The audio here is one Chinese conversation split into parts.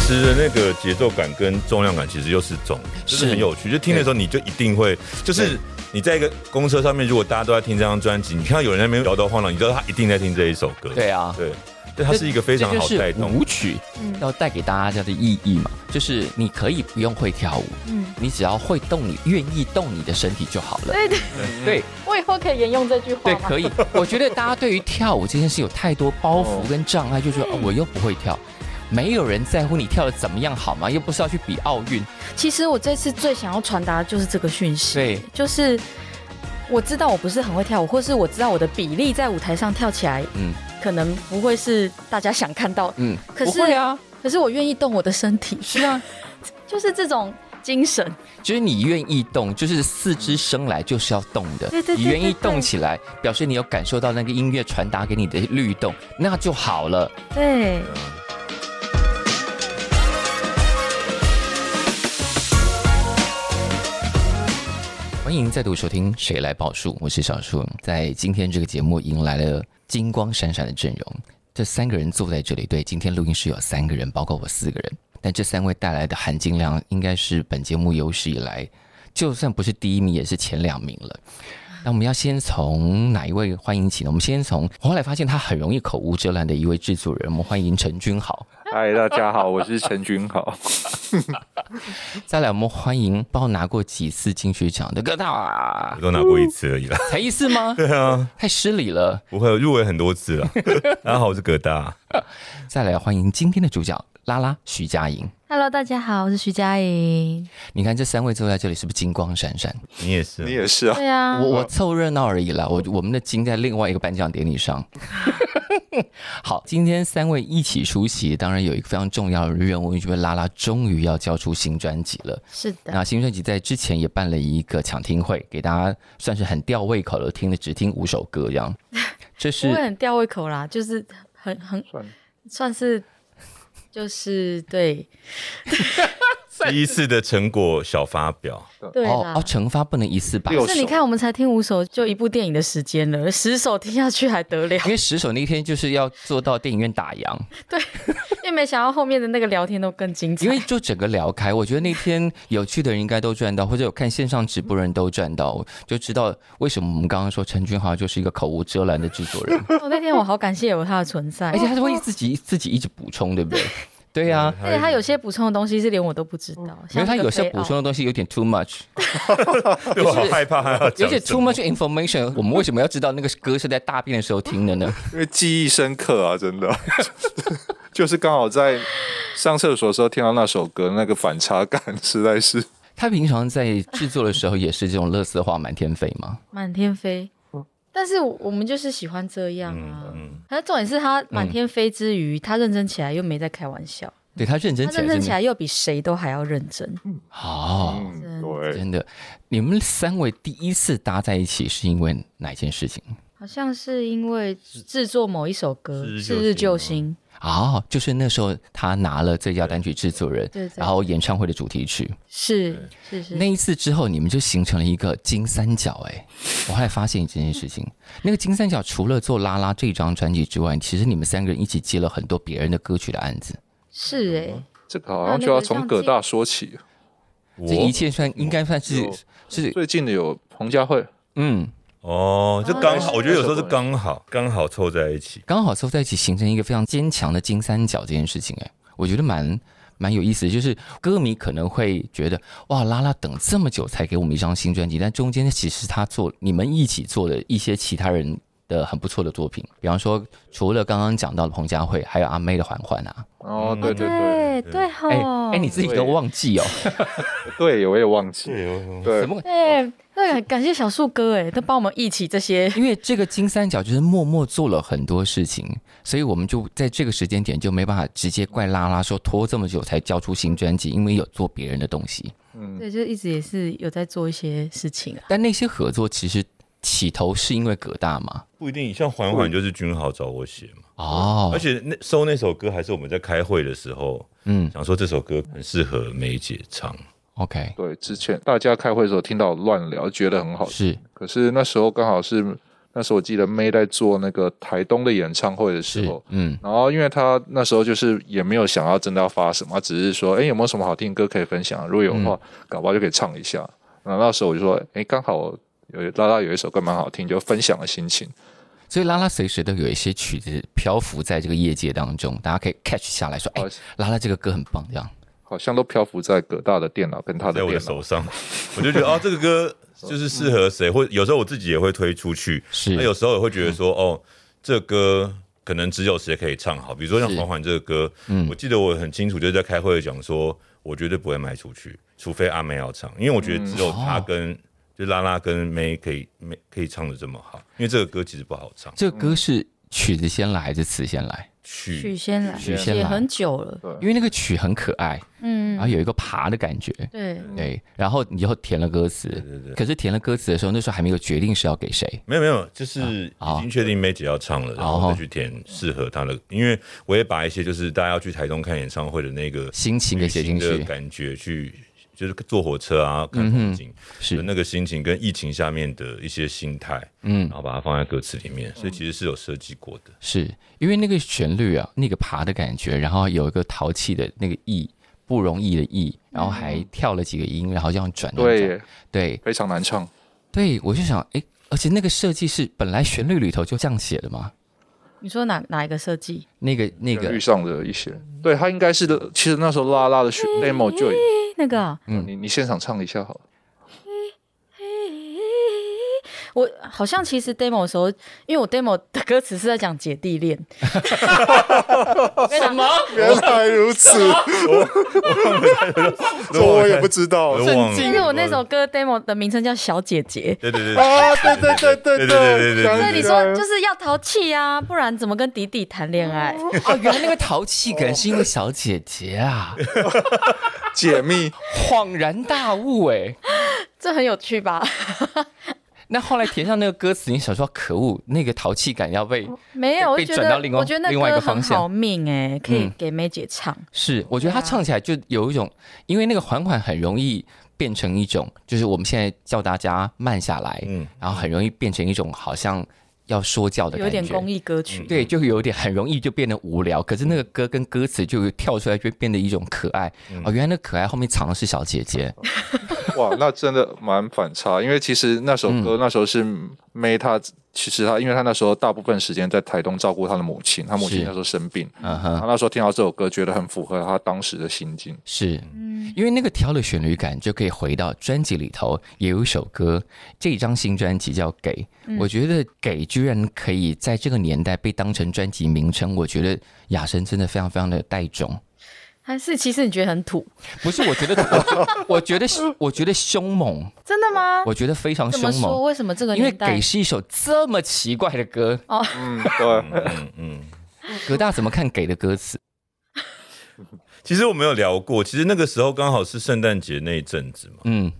时的那个节奏感跟重量感其实又是重，就是是很有趣。就听的时候你就一定会，就是你在一个公车上面，如果大家都在听这张专辑，你看到有人在那边摇头晃脑，你知道他一定在听这一首歌。对啊，对，对，它是一个非常这就好是带动。舞曲要带给大家的意义嘛，就是你可以不用会跳舞，嗯，你只要会动你，愿意动你的身体就好了。对对，对我以后可以沿用这句话对，吗？可以。我觉得大家对于跳舞这件事有太多包袱跟障碍，就觉得、嗯哦、我又不会跳。没有人在乎你跳的怎么样好吗？又不是要去比奥运。其实我这次最想要传达的就是这个讯息，对，就是我知道我不是很会跳舞，或是我知道我的比例在舞台上跳起来，嗯可能不会是大家想看到，嗯，可不是会啊，可是我愿意动我的身体，是啊，就是这种精神。就是你愿意动，就是四肢生来就是要动的。对对对你愿意对对动起来，表示你有感受到那个音乐传达给你的律动，那就好了。对，欢迎再度收听《谁来报数》，我是小树。在今天这个节目迎来了金光闪闪的阵容，这三个人坐在这里。对，今天录音室有三个人，包括我四个人。但这三位带来的含金量，应该是本节目有史以来，就算不是第一名，也是前两名了。那我们要先从哪一位欢迎起呢？我们先从我后来发现他很容易口无遮拦的一位制作人，我们欢迎陈君豪。 嗨，大家好，我是陈君豪。再来，我们欢迎帮我拿过几次金曲奖的哥大我，都拿过一次而 已啦，才一次吗？对啊，太失礼了。不会入围很多次了。大家好，我是葛大。再来欢迎今天的主角拉拉徐佳莹。 Hello，大家好，我是徐佳莹。你看这三位坐在这里是不是金光闪闪？你也是， 你也是啊，对啊，哦我我凑热闹而已啦，我我们的金在另外一个颁奖典礼上。 好，今天三位一起出席，当然有一个非常重要的任务，因为拉拉终于要交出新专辑了。是的，那新专辑在之前也办了一个抢听会，给大家算是很吊胃口的，听了只听五首歌这 样。这不是会很吊胃口啦，就是很很算了算是就是对第一次的成果小发表，对哦啦。哦，惩罚不能一次吧？六可是你首看，我们才听五首就一部电影的时间了，十首听下去还得了？ 因为十首那天就是要做到电影院打烊。因为没想到后面的那个聊天都更精 彩。因为就整个聊开，我觉得那天有趣的人应该都赚到，或者有看线上直播的人都赚到，就知道为什么我们刚刚说陈君豪就是一个口无遮拦的制作 人，哦那天我好感谢有他的存在而，且他是会自己自己一直补充，对不 对？对呀、啊，哦而且他有些补充的东西是连我都不知道，因为像他那个嗯有些 play 补充的东西有点 too much，对我好害怕，还要而讲且什 too 么 much information，我们为什么要知道那个歌是在大便的时候听的呢？因为记忆深刻啊，真的， 就是刚好在上厕所的时候听到那首歌，那个反差感实在是他平常在制作的时候也是这种乐色话满天飞吗？ out 满天飞。嗯但是我我们就是喜欢这样嗯啊，可是重点是嗯他满天飞之余，他认真起来又没在开玩笑，对他认真他起来认真真的起来又比谁都还要认真。好。嗯，真对，哦真的，你们三位第一次搭在一起是因为哪一件事情？好像是因为制作某一首歌是《日是日救救星星哦，就是那时候他拿了最佳单曲制作人，对对然后演唱会的主题曲。》，是是是，那一次之后，你们就形成了一个金三角、哎，我后来发现这件事 情，那个金三角除了做拉拉这张专辑之外，其实你们三个人一起接了很多别人的歌曲的案子。是哎，这个好像就要从葛大说起。这一我切算应该算是有是最近的有彭佳慧，嗯，哦，这刚啊好，我觉得有时候是刚好，刚好凑在一起。刚好凑在一起形成一个非常坚强的金三角这件事情、哎，我觉得蛮蛮有意思的。就是歌迷可能会觉得，哇，拉拉等这么久才给我们一张新专辑，但中间其实他做你们一起做的一些其他人的很不错的作品，比方说除了刚刚讲到的彭佳慧，还有阿妹的《环环》啊，哦，嗯对对对对对哎、吼，哎，你自己都忘记哦，对，嗯我也忘记，对怎，么？对对，感谢小树哥哎，他帮我们一起这些因为这个金三角就是默默做了很多事情，所以我们就在这个时间点就没办法直接怪拉拉说拖这么久才交出新专辑，因为有做别人的东西。嗯，对，就一直也是有在做一些事情啊。但那些合作其实起头是因为葛大嘛？不一定，像缓缓就是君豪找我写嘛，哦而，且那收那首歌还是我们在开会的时候嗯想说这首歌很适合梅姐唱， ，OK，对，之前大家开会的时候听到我乱聊，觉得很好听是可是那时候刚好是那时候我记得 May 在做那个台东的演唱会的时候，嗯，然后因为他那时候就是也没有想要真的要发什么，他只是说，哎，有没有什么好听的歌可以分享？如果有的话，搞不好就可以唱一下。然后那时候我就说，哎，刚好我有拉拉有一首歌蛮好听，就分享了心情。所以拉拉随时都有一些曲子漂浮在这个业界当中，大家可以 catch 下来说，哎、好拉拉这个歌很棒，这样。好像都漂浮在葛大的电脑跟他在的我的电手脑，上，我就觉得哦，这个歌就是适合谁，或有时候我自己也会推出去，是那有时候也会觉得说，哦，这歌可能只有谁可以唱好，比如说像是缓缓这个歌，我记得我很清楚，就是在开会讲说，我绝对不会卖出去，除非阿妹要唱，因为我觉得只有她跟、就拉拉跟妹可以妹可以唱的这么好，因为这个歌其实不好唱，这个歌是曲子先来还是词先嗯来？曲许仙来许仙来也很久了，因为那个曲很可爱，啊嗯然后，有一个爬的感觉，对，对，然后你就填了歌词，可是填了歌词的时候，那时候还没有决定是要给谁，没有没有，啊就是已经确定梅姐要唱了，然后再去填适合她的。因为我也把一些就是大家要去台中看演唱会的那个心情给写进旅行去嗯的，感觉去就是坐火车啊看风景的是那个心情，跟疫情下面的一些心态，嗯，然后把它放在歌词里面，所以其实是有设计过的。是，因为那个旋律啊，那个爬的感觉，然后有一个淘气的那个意，不容易的意，然后还跳了几个音，然后这样转，转对转耶，对非常难唱。对，我就想，哎，而且那个设计是本来旋律里头就这样写的嘛，你说哪哪一个设计？那个那旋律个上的一些，对他应该是，其实那时候拉拉的 demo 就，那个啊，你你现场唱一下好了。我好像其实 demo 的时候，因为我 demo 的歌词是在讲姐弟恋，什么？原来如此，这我也不知道我都忘了但是我那首歌 demo 的名称叫《小姐姐对对对啊！对对对对对对对对想》，对所以你起说来了就是要淘气啊，不然怎么跟迪迪谈恋爱？哦，原来那个淘气感是因为小姐姐 啊，解密，恍然大悟哎、这很有趣吧？那后来填上那个歌词，你想说可恶，那个淘气感要被没有，我被就觉转得到另外我觉得那另外一个歌方很向好命哎、可以嗯给梅姐唱。是，我觉啊得他唱起来就有一种，因为那个缓缓很容易变成一种，就是我们现在叫大家慢下来，嗯然后很容易变成一种好像要说教的有感点公觉。嗯益歌曲。对，就有点很容易就变得无聊，可是嗯那个歌跟歌词就跳出来，就变得一种可爱、哦。原来那可爱后面藏的是小姐姐，哇，那真的蛮反差，因为其实那首嗯歌那时候是 May 她，其实她因为她那时候大部分时间在台东照顾她的母亲，她母亲是那时候生病，嗯她哼，那时候听到这首歌，觉得很符合她当时的心境。是嗯，因为那个挑了旋律感，就可以回到专辑里头也有一首歌，这一张新专辑叫《给》，嗯我觉得《给》居然可以在这个年代被当成专辑名称，我觉得雅生真的非常非常的带种。还是其实你觉得很土，不是，我觉得， 我觉得，我觉得是，我觉得凶猛，真的吗？我觉得非常怎么凶说？猛，为什么这个因为年《代给》是一首这么奇怪的歌，嗯，对，嗯嗯。葛大怎么看《给》的歌词？其实我们有聊过，其实那个时候刚好是圣诞节那一阵子嘛，嗯，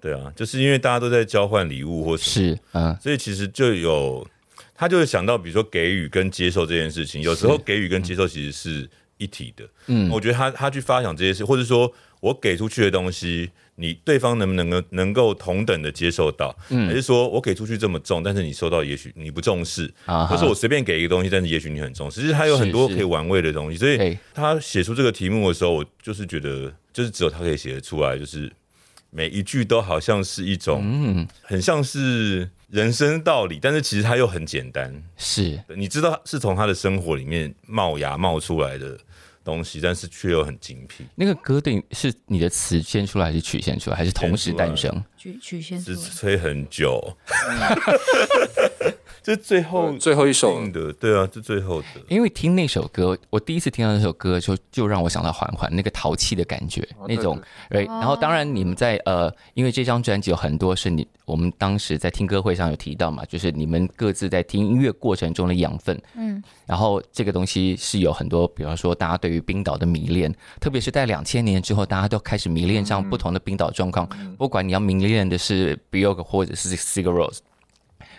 对啊，就是因为大家都在交换礼物或什么是，嗯，所以其实就有，他就会想到，比如说给予跟接受这件事情，有时候给予跟接受其实是一体的。嗯，我觉得他他去发想这些事，或者说我给出去的东西，你对方能不能够能够同等的接受到，嗯还是说我给出去这么重，但是你收到也许你不重视，啊哈或是我随便给一个东西，但是也许你很重视，其实他有很多可是是以玩味的东西。所以对他写出这个题目的时候，我就是觉得，就是只有他可以写得出来，就是每一句都好像是一种。嗯，很像是人生道理，但是其实它又很简单。是，你知道是从他的生活里面冒芽冒出来的东西，但是却又很精辟。那个歌对你是你的词先出来，还是曲先出来，还是同时先出来诞生？曲曲先只说吹很 久，这最后 最后一首嗯定的，对啊，这最后的。因为听那首歌，我第一次听到那首歌就就让我想到缓缓那个淘气的感觉，那种，哦对。然后当然你们在呃，因为这张专辑有很多是你我们当时在听歌会上有提到嘛，就是你们各自在听音乐过程中的养分，嗯。然后这个东西是有很多，比方说大家对于冰岛的迷恋，特别是在两千年之后，大家都开始迷恋上不同的冰岛状况，不管你要迷恋的是 Bjork 或者是 Sigur Rós，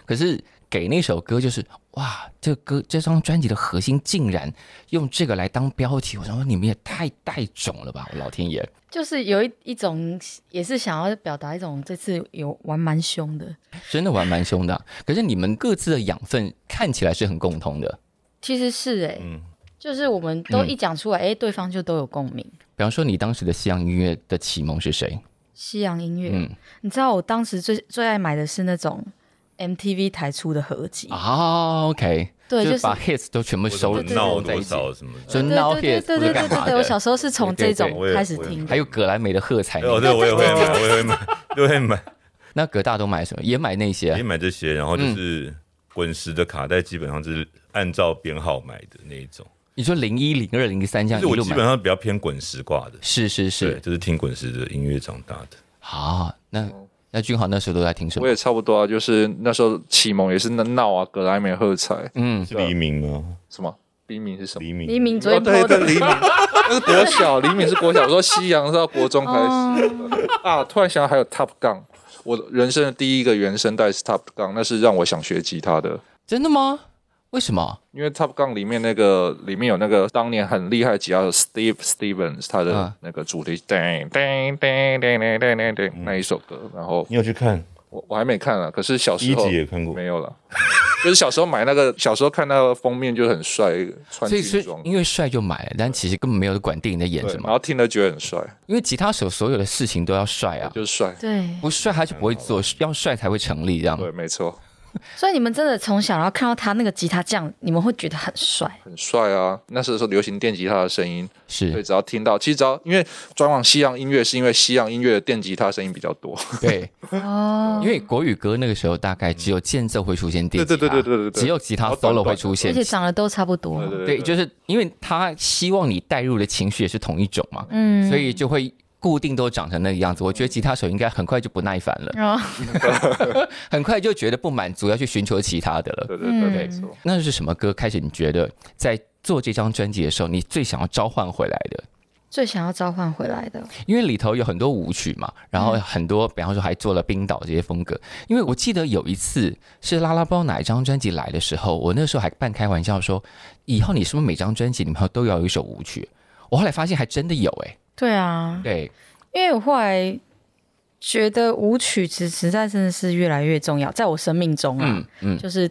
可是给那首歌就是哇，这个歌这张专辑的核心竟然用这个来当标题，我想说你们也太带种了吧，我老天爷！就是有一一种，也是想要表达一种这次有玩蛮凶的。真的玩蛮凶的啊、可是你们各自的养分看起来是很共通的。其实是哎、嗯就是我们都嗯一讲出来，哎、对方就都有共鸣。比方说，你当时的西洋音乐的启蒙是谁？西洋音乐，嗯你知道我当时最最爱买的是那种 MTV 台出的合集，啊，OK，对，就就是是把 hits 都全部什收么对对闹收在多一起，少什么的？就对 now 对对 hits 对或者对干对嘛对对，我小的。时候是从对对这对种我也开始我也听的还。有葛莱美的喝彩，哦，对，我也会买，我也会 买，我也会买，那葛大都买什么？也买那也些。啊买这些，然后嗯就是滚石的卡带，基本上就是按照编号买的那一种。你说零一、零二、零三这就样是一我路基本买，上比较偏滚石挂的，是是对，是。就是听滚石的音乐长大的。好，那那君豪那时候都在听什我么？也差不多啊，就是那时候启蒙也是那闹啊，格莱美喝彩，嗯，是黎明吗？什么黎明是什么？黎明，黎明昨哦，天对播对，的，黎明，那是国小，黎明是国小。我说西洋是到国中开哦始啊，突然想到还有 Top Gun，我人生的第一个原声带是 Top Gun，那是让我想学吉他的。真的吗？为什么？因为 Top Gun 里面那个里面有那个当年很厉害的吉他手 Steve Stevens 他嗯的那个主题噔噔噔噔噔噔噔噔嗯那一首歌，然后你有去看我我还没看啊了，可是小时一候集也看过？没有了， 就是小时候买那个小时候看那个封面就很帅，穿所以军是装，因为帅就买了，但其实根本没有管电影在演对，什然么。后听了觉得很帅，因为吉他手所有的事情都要帅啊，就是帅，对，不帅他就不会做，要帅才会成立这样。对，没错，所以你们真的从小然后看到他那个吉他这样，你们会觉得很帅。很帅啊！那时候流行电吉他的声音，对，是，只要听到，其实只要因为转往西洋音乐，是因为西洋音乐的电吉他声音比较 多，对，哦，因为国语歌那个时候大概只有间奏会出现电吉他，对对对对对对对只有吉他然后短 solo 短的会出而现。且长得都差不多对。对对，就是因为他希望你带入的情绪也是同一种嘛，嗯所以就会固定都长成那个样子。我觉得吉他手应该很快就不耐烦了，然后很快就觉得不满足，要去寻求其他的了。对对对，嗯没错。那是什么歌开始？你觉得在做这张专辑的时候，你最想要召唤回来的？最想要召唤回来的，因为里头有很多舞曲嘛，然后嗯很多，比方说还做了冰岛这些风格。因为我记得有一次是拉拉包哪一张专辑来的时候，我那时候还半开玩笑说，以后你是不是每张专辑里面都要有一首舞曲？我后来发现还真的有哎、对啊，对，因为我后来觉得舞曲实实在真的是越来越重要，在我生命中啊，嗯嗯，就是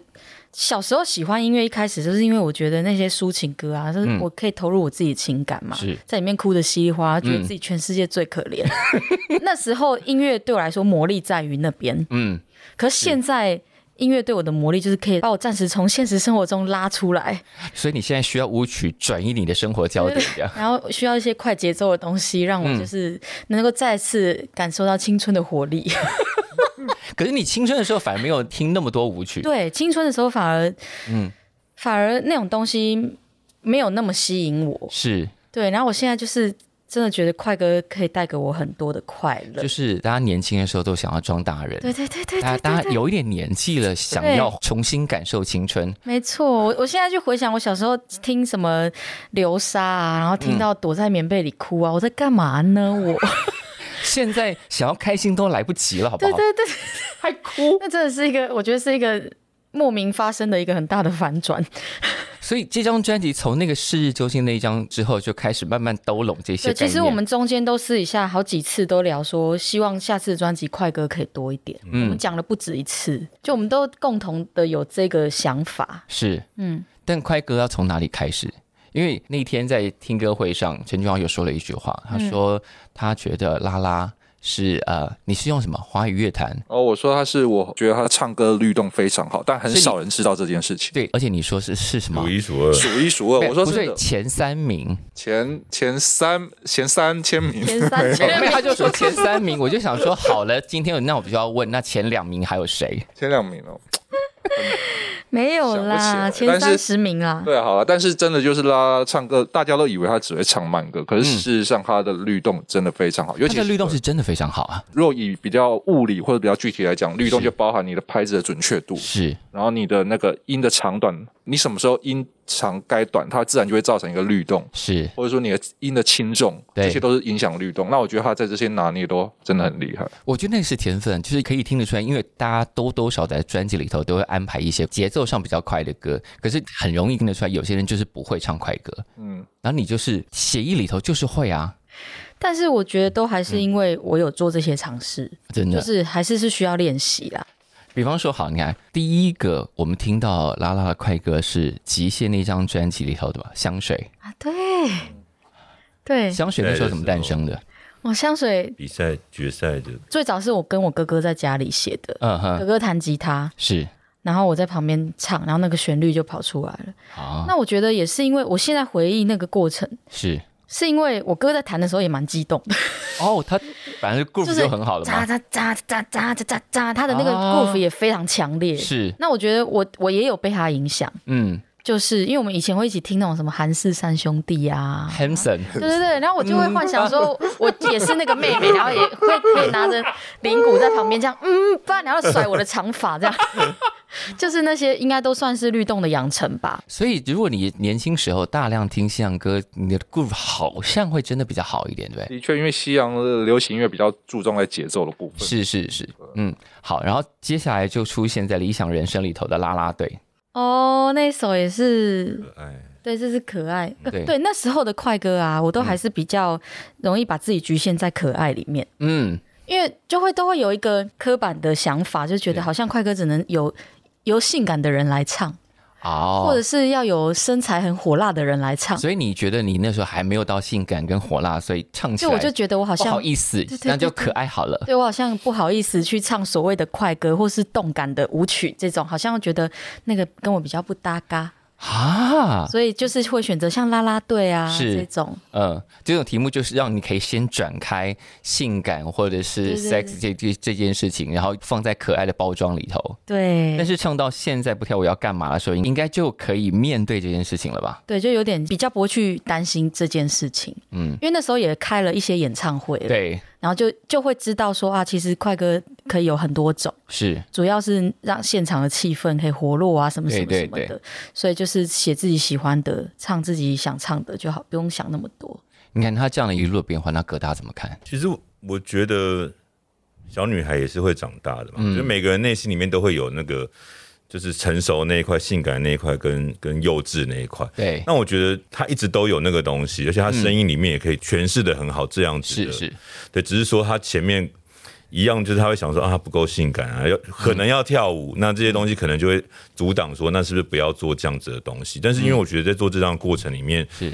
小时候喜欢音乐，一开始就是因为我觉得那些抒情歌啊，就是嗯我可以投入我自己情感嘛，是在里面哭的稀里哗啦，觉得自己全世界最可怜。 那时候音乐对我来说魔力在于那边，嗯，可是现在。音乐对我的魔力就是可以把我暂时从现实生活中拉出 来，所以你现在需要舞曲转移你的生活焦点，这样然后需要一些快节奏的东西，让嗯我就是能够再次感受到青春的活力。可是你青春的时候反而没有听那么多舞曲，对，青春的时候反而，嗯反而那种东西没有那么吸引我。是，对，然后我现在就是真的觉得快歌可以带给我很多的快乐。就是大家年轻的时候都想要装大人，对对对对大家对大家对对，有一点年纪了，想要重新感受青春，没错。我我现在去回想我小时候听什么流沙啊，然后嗯听到躲在棉被里哭啊，我在干嘛呢？我，现在想要开心都来不及了，好不对好？对对， 还哭。 那真的是一个，我觉得是一个莫名发生的一个很大的反转。所以这张专辑从那个《是日究竟》那一张之后，就开始慢慢兜拢这些对，概念。其实我们中间都私底下好几次都聊说，希望下次专辑快歌可以多一点。我们嗯讲了不止一次，就我们都共同的有这个想法。是，嗯，但快歌要从哪里开始？因为那天在听歌会上，陈俊豪有说了一句话，他嗯说他觉得拉拉是呃，你是用什么华语乐坛？然后我说他是，我觉得他唱歌律动非常好，但很所以你少人知道这件事情。对，而且你说是是什么数？一数二，数一数二，我说不是对，前三 名，前前三前三千名，前 三前因为哦他就说前三名，我就想说好了，今天那我就要问，那前两名还有谁？前两名哦。没有啦，想不起来前但三是十名啊，对，好了，但是真的就是拉拉唱歌，大家都以为他只会唱慢歌，可是事实上他的律动真的非常好，尤嗯他其的律动是真的非常好啊，若以比较物理或者比较具体来讲，律动就包含你的拍子的准确度，是然后你的那个音的长短，你什么时候音长该短，它自然就会造成一个律动，是或者说你的音的轻重，对这些都是影响律动。那我觉得他在这些拿捏都真的很厉害。我觉得那是天分，就是可以听得出来，因为大家多多少少在专辑里头都会安排一些节奏上比较快的歌，可是很容易听得出来，有些人就是不会唱快歌，嗯，然后你就是协议里头就是会啊，但是我觉得都还嗯是因为我有做这些尝试，真的。就是还是是需要练习啦。比方说，好，你看第一个我们听到拉拉的快歌是《极限》那张专辑里头的吧，《香水啊，对，嗯对》，，香水那时候怎么诞生的？我哦香水比赛决赛的最早是我跟我哥哥在家里写的，嗯哥哼，哥弹吉他，是然后我在旁边唱，然后那个旋律就跑出来了。啊，那我觉得也是因为我现在回忆那个过程，是是因为我哥在弹的时候也蛮激动的，哦，他反正 group 就很好了喳嘛，喳喳喳喳喳喳喳，他的那个啊 groove 也非常强烈。是，那我觉得我我也有被他影响，嗯就是因为我们以前会一起听那种什么韩氏三兄弟啊， ，Hanson，对对对，然后我就会幻想 说，我也是那个妹妹，然后也会可以拿着铃鼓在旁边这样，嗯，不然然后甩我的长发 这样，就是那些应该都算是律动的养成吧。所以如果你年轻时候大量听西洋歌，你的 group 好像会真的比较好一点，对不对？的确，因为西洋的流行音乐比较注重在节奏的部分。是是是，嗯，好，然后接下来就出现在《理想人生》里头的啦啦队，哦，那首也是，可爱，对，这是可爱，呃对嗯对，那时候的快歌啊，我都还是比较容易把自己局限在可爱里面。嗯，因为就会都会有一个刻板的想法，就觉对得好像快歌只能由由性感的人来唱，哦，或者是要有身材很火辣的人来唱。所以你觉得你那时候还没有到性感跟火辣，所以唱起就来我就觉得我好不像好意思对对，对那就可爱好了。对我好像不好意思去唱所谓的快歌或是动感的舞曲这种，好像觉得那个跟我比较不搭嘎，啊，所以就是会选择像啦啦队啊是这种。嗯，这种题目就是让你可以先转开性感或者是对对 sex 这这这件事情，然后放在可爱的包装里头。但对是唱到现在不跳舞要干嘛的时候，应该就可以面对这件事情了吧？对，就有点比较不会去担心这件事情，嗯嗯，因为那时候也开了一些演唱会了，对，然后就就会知道说啊，其实快歌可以有很多种。是主要是让现场的气氛可以活络啊，什么什么对对什么的，所以就是写自己喜欢的，唱自己想唱的就好，不用想那么多。你看他这样的一路变化，那葛大怎么看？其实我觉得小女孩也是会长大的嘛，嗯就每个人内心里面都会有那个，就是成熟那一块、性感那一块跟跟幼稚那一块。对，嗯那我觉得她一直都有那个东西，而且她声音里面也可以诠释的很好，这样子的是是，对，只是说她前面一样，就是她会想说啊，她不够性感啊，要可能要跳舞，那这些东西可能就会阻挡说，那是不是不要做这样子的东西？但是因为我觉得在做这样的过程里面，是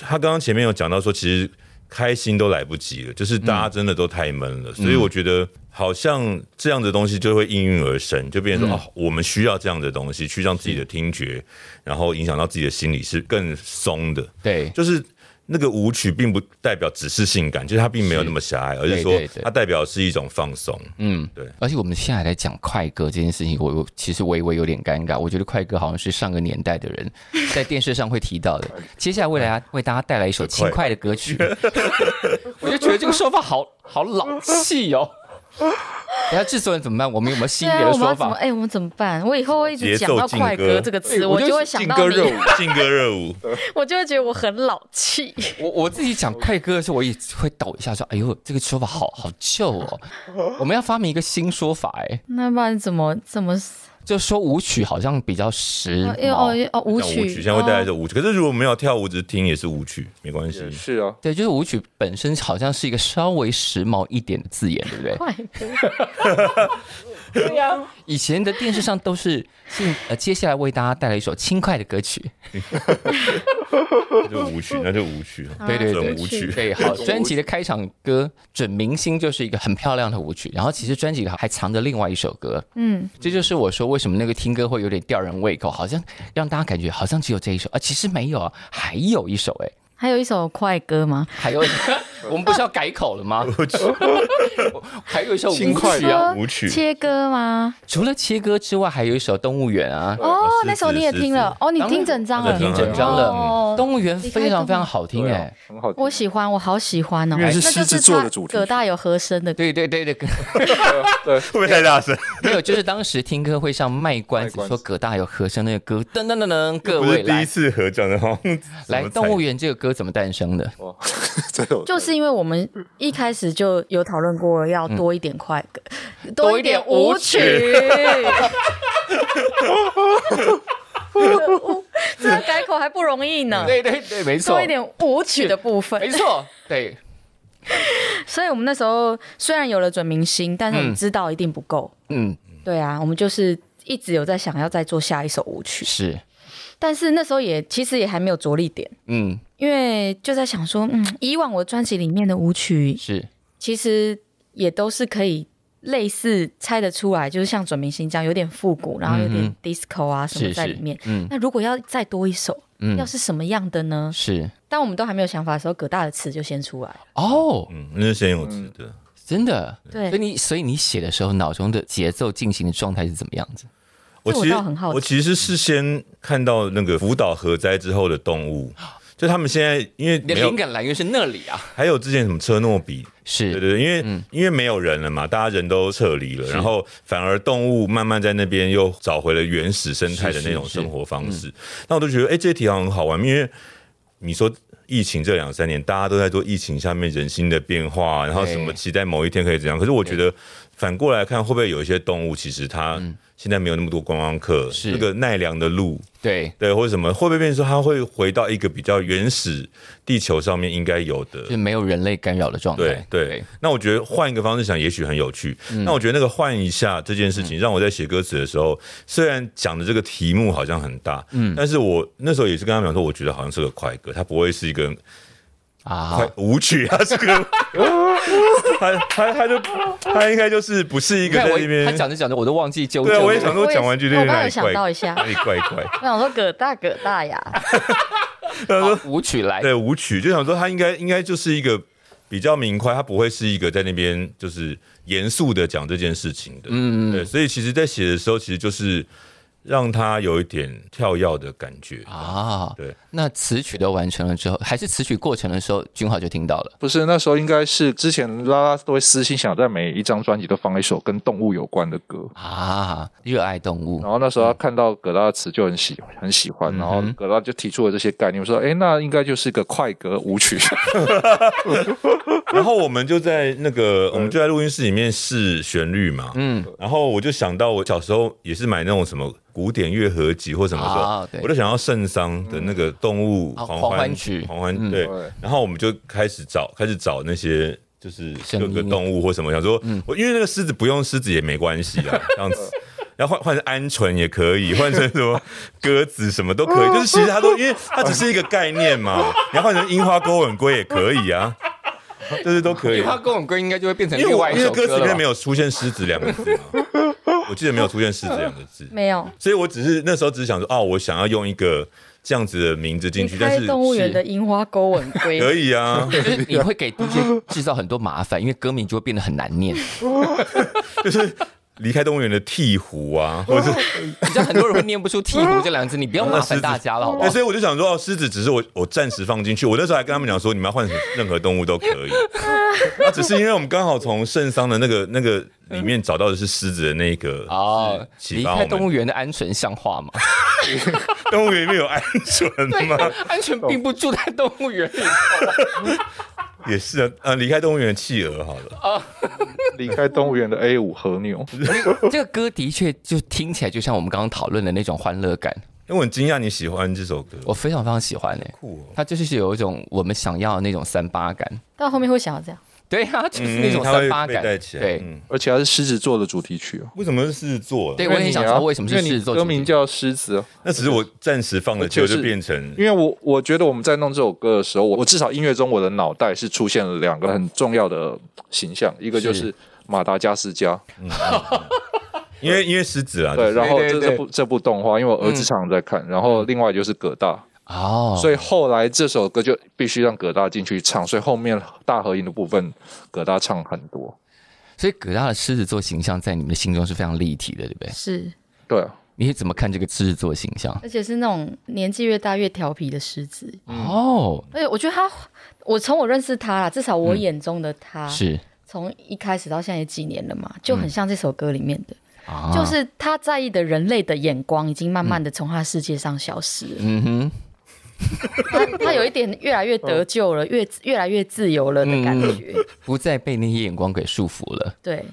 他刚刚前面有讲到说，其实开心都来不及了，就是大家真的都太闷了，所以我觉得好像这样的东西就会应运而生，就变成说、哦，我们需要这样的东西去让自己的听觉，然后影响到自己的心理是更松的，对，就是。那个舞曲并不代表只是性感，就是它并没有那么狭隘，而是说对对它代表的是一种放松。嗯，对。而且我们现在在讲快歌这件事情，我我其实微微有点尴尬。我觉得快歌好像是上个年代的人 在电视上会提到的。 接下来为大家为大家带来一首轻快的歌曲，我就觉得这个说法好好老气 哦。等下制作人怎么办？我们有没有新一对点的啊，我们说要怎么？法？哎、我们怎么办？我以后会一直节奏讲到劲快歌歌这个词，我就会想劲到歌热你 舞，，劲歌热舞，我就会觉得我很老气。我我自己讲快歌的时候，我也会抖一下，说：“哎呦，这个说法好好旧哦。”我们要发明一个新说法，哎，那不然怎么怎么？就说舞曲好像比较时哦因为哦髦。因为哦，舞像曲，舞曲现在会带来哦这舞曲，可是如果没有跳舞，只是听也是舞曲，没关系。也是啊，对，就是舞曲本身好像是一个稍微时髦一点的字眼，对不对？快歌。以前的电视上都是是呃，接下来为大家带来一首轻快的歌曲，那就舞 曲，那就舞曲，对对啊对准舞曲。对，好，专辑的开场歌《准明星》就是一个很漂亮的舞曲，然后其实专辑里还藏着另外一首歌，嗯，这就是我说为什么那个听歌会有点吊人胃口，好像让大家感觉好像只有这一首啊，其实没有啊，还有一首哎、还有一首快歌吗？还有一，我们不是要改口了吗？ 我还有一首轻舞快曲啊，的舞曲切歌吗？除了切歌之外，还有一首《动物园》啊，哦狮，子那首你也听了，哦，你听整张当了，然听整张哦了，《嗯动物园》非常非常好听对哎、啊很好听。我喜欢，我好喜欢哦，因为是那就狮子座的主题他葛大有和声的，对对对对，会不会太大声？没有，就是当时听歌会上卖关子卖，关子说葛大有和声那个歌，噔噔噔噔，各不是位第来一次合唱的哈。来，《动物园》这个歌怎么诞生的？哦， 这种就是因为我们一开始就有讨论过要多一点快歌，多多一一点点舞舞曲曲。可恶 这个改口还不容易呢， 对对对，没错多一，点舞曲的部分没。错，对，所以我们那时候虽然有了准明星，但是我们知道一定不够。嗯，对啊，我们就是一直有在想要再做下一首舞曲，是，但是那时候也其实也还没有着力点，嗯，因为就在想说，嗯，以往我专辑里面的舞曲是，其实也都是可以类似猜得出来，就是像准明星这样有点复古，然后有嗯点 disco 啊什么是在是里面。，嗯那如果要再多一首，要嗯，是什么样的呢？是，当我们都还没有想法的时候，葛大的词就先出来。哦，嗯，那是先有词嗯的。真的，对所以你所以你写的时候，脑中的节奏进行的状态是怎么样子？我这我其实倒很好奇我其实是先看到那个福岛核灾之后的动物，就他们现在因为你没的有灵，感来源是那里啊？还有之前什么车诺比，对是，嗯对对，因为、因为没有人了嘛，大家人都撤离了，然后反而动物慢慢在那边又找回了原始生态的那种生活方嗯式。那我就觉得，哎、这些题好像很好玩，因为你说。疫情这两三年，大家都在做疫情下面人心的变化，然后什么对期待某一天可以怎样？可是我觉得反过来看，会不会有一些动物其实它现在没有那么多观光客，嗯是那个奈良的鹿，对，对，或者什么，会不会变成说它会回到一个比较原始地球上面应该有的就是没有人类干扰的状态对。对，，那我觉得换一个方式想，也许很有趣。嗯那我觉得那个换一下这件事情，让我在写歌词的时候，虽然讲的这个题目好像很大，嗯，但是我那时候也是跟他们讲说，我觉得好像是个快歌，它不会是一个啊快，舞曲，它是 个，它它它就它应该就是不是一你个看在我那边他，讲着讲着我都忘记纠对啊，正了。我也想说，讲完就对我刚哪有里想怪，到一下哪，里哎怪怪，我想说葛大葛大呀，好啊舞曲来，对舞曲，就想说它应该应该就是一个。比较明快，它不会是一个在那边就是严肃的讲这件事情的，嗯，对，所以其实，在写的时候，其实就是让他有一点跳跃的感觉。啊，对，那词曲都完成了之后，还是词曲过程的时候，君豪就听到了。不是那时候应该是之前拉拉都会私心想在每一张专辑都放一首跟动物有关的歌，啊，热爱动物然，后那时候他看到葛大的词就很喜很喜欢，嗯然后葛大就提出了这些概念，我说哎，那应该就是一个快歌舞曲， 然后我们就在那个，我们就在录音室里面试旋律嘛。嗯，然后我就想到，我小时候也是买那种什么古典乐合集或什么啊时对候，我就想要圣桑的那个动物啊狂狂欢欢曲狂欢嗯对对。然后我们就开始找，开始找那些。就是声各个音啊嗯动物或什么，想说，我因为那个狮子不用狮子也没关系啊，这样子，然后换换成鹌鹑也可以，换成什么鸽子什么都可以，就是其实它都，因为它只是一个概念嘛。你要换成樱花钩吻龟也可以啊，就是都可以。樱花跟我们歌应该就会变成因为另我外一因为首歌词歌里了面吧没。有出现狮子两个字嘛，我记得没有出现狮子两个字，没有。所以我只是那时候只是想说，哦，我想要用一个这样子的名字进你去，但开是动物园的樱花勾吻可龟，以啊，就是你会给 DJ 制造很多麻烦，因为歌名就会变得很难念。离开动物园的鹈鹕啊，或者是你知道很多人会念不出“鹈鹕”这两个字，你不要麻烦大家了，好不对，好？所以 我就想说，哦，狮子只是我我暂时放进去。我那时候还跟他们讲说，你们要换成任何动物都可以。那、只是因为我们刚好从圣桑的那个那个里面找到的是狮子的那一个哦，是离启发开我动们物园的鹌鹑像 话吗？动物园里面有鹌 鹑吗？鹌鹑并不住在动物园里。也是啊，呃，离开动物园的企鹅好了，离开动物 园的 A 五和牛， 这个歌的确就听起来就像我们刚刚讨论的那种欢乐感，因为我很惊讶你喜欢这首歌，我非常非常喜欢诶、酷哦。它就是有一种我们想要的那种三八感。到后面会想要这样。对啊，就是那种嗯它三八会被感。带起来。对，嗯，而且它是狮子座的主题曲哦。为什么是狮子座？啊对，我也很想知道为什么是因狮你子座歌主题名叫狮子哦，那只是我暂时放了，结果就是就变成因为我我觉得我们在弄这首歌的时候，我我至少音乐中我的脑袋是出现了两个很重要的形象，一个就是是马达加斯加，因为因为狮子啊，对，就是然后对这对这部这部动画，因为我儿子常常在看，然后另外就是葛大，哦，所以后来这首歌就必须让葛大进去唱，所以后面大合影的部分葛大唱很多。所以葛大的狮子座形象在你们的心中是非常立体的，对不对？是，对啊，你是怎么看这个狮子座形象？而且是那种年纪越大越调皮的狮子。哦，而且我觉得他，我从我认识他啦，至少我眼中的他，是从一开始到现在也几年了嘛，就很像这首歌里面的，啊，就是他在意的人类的眼光已经慢慢的从他世界上消失了。嗯哼，他他有一点越来越得救了，越越来越自由了的感觉。不再被那些眼光给束缚了。对，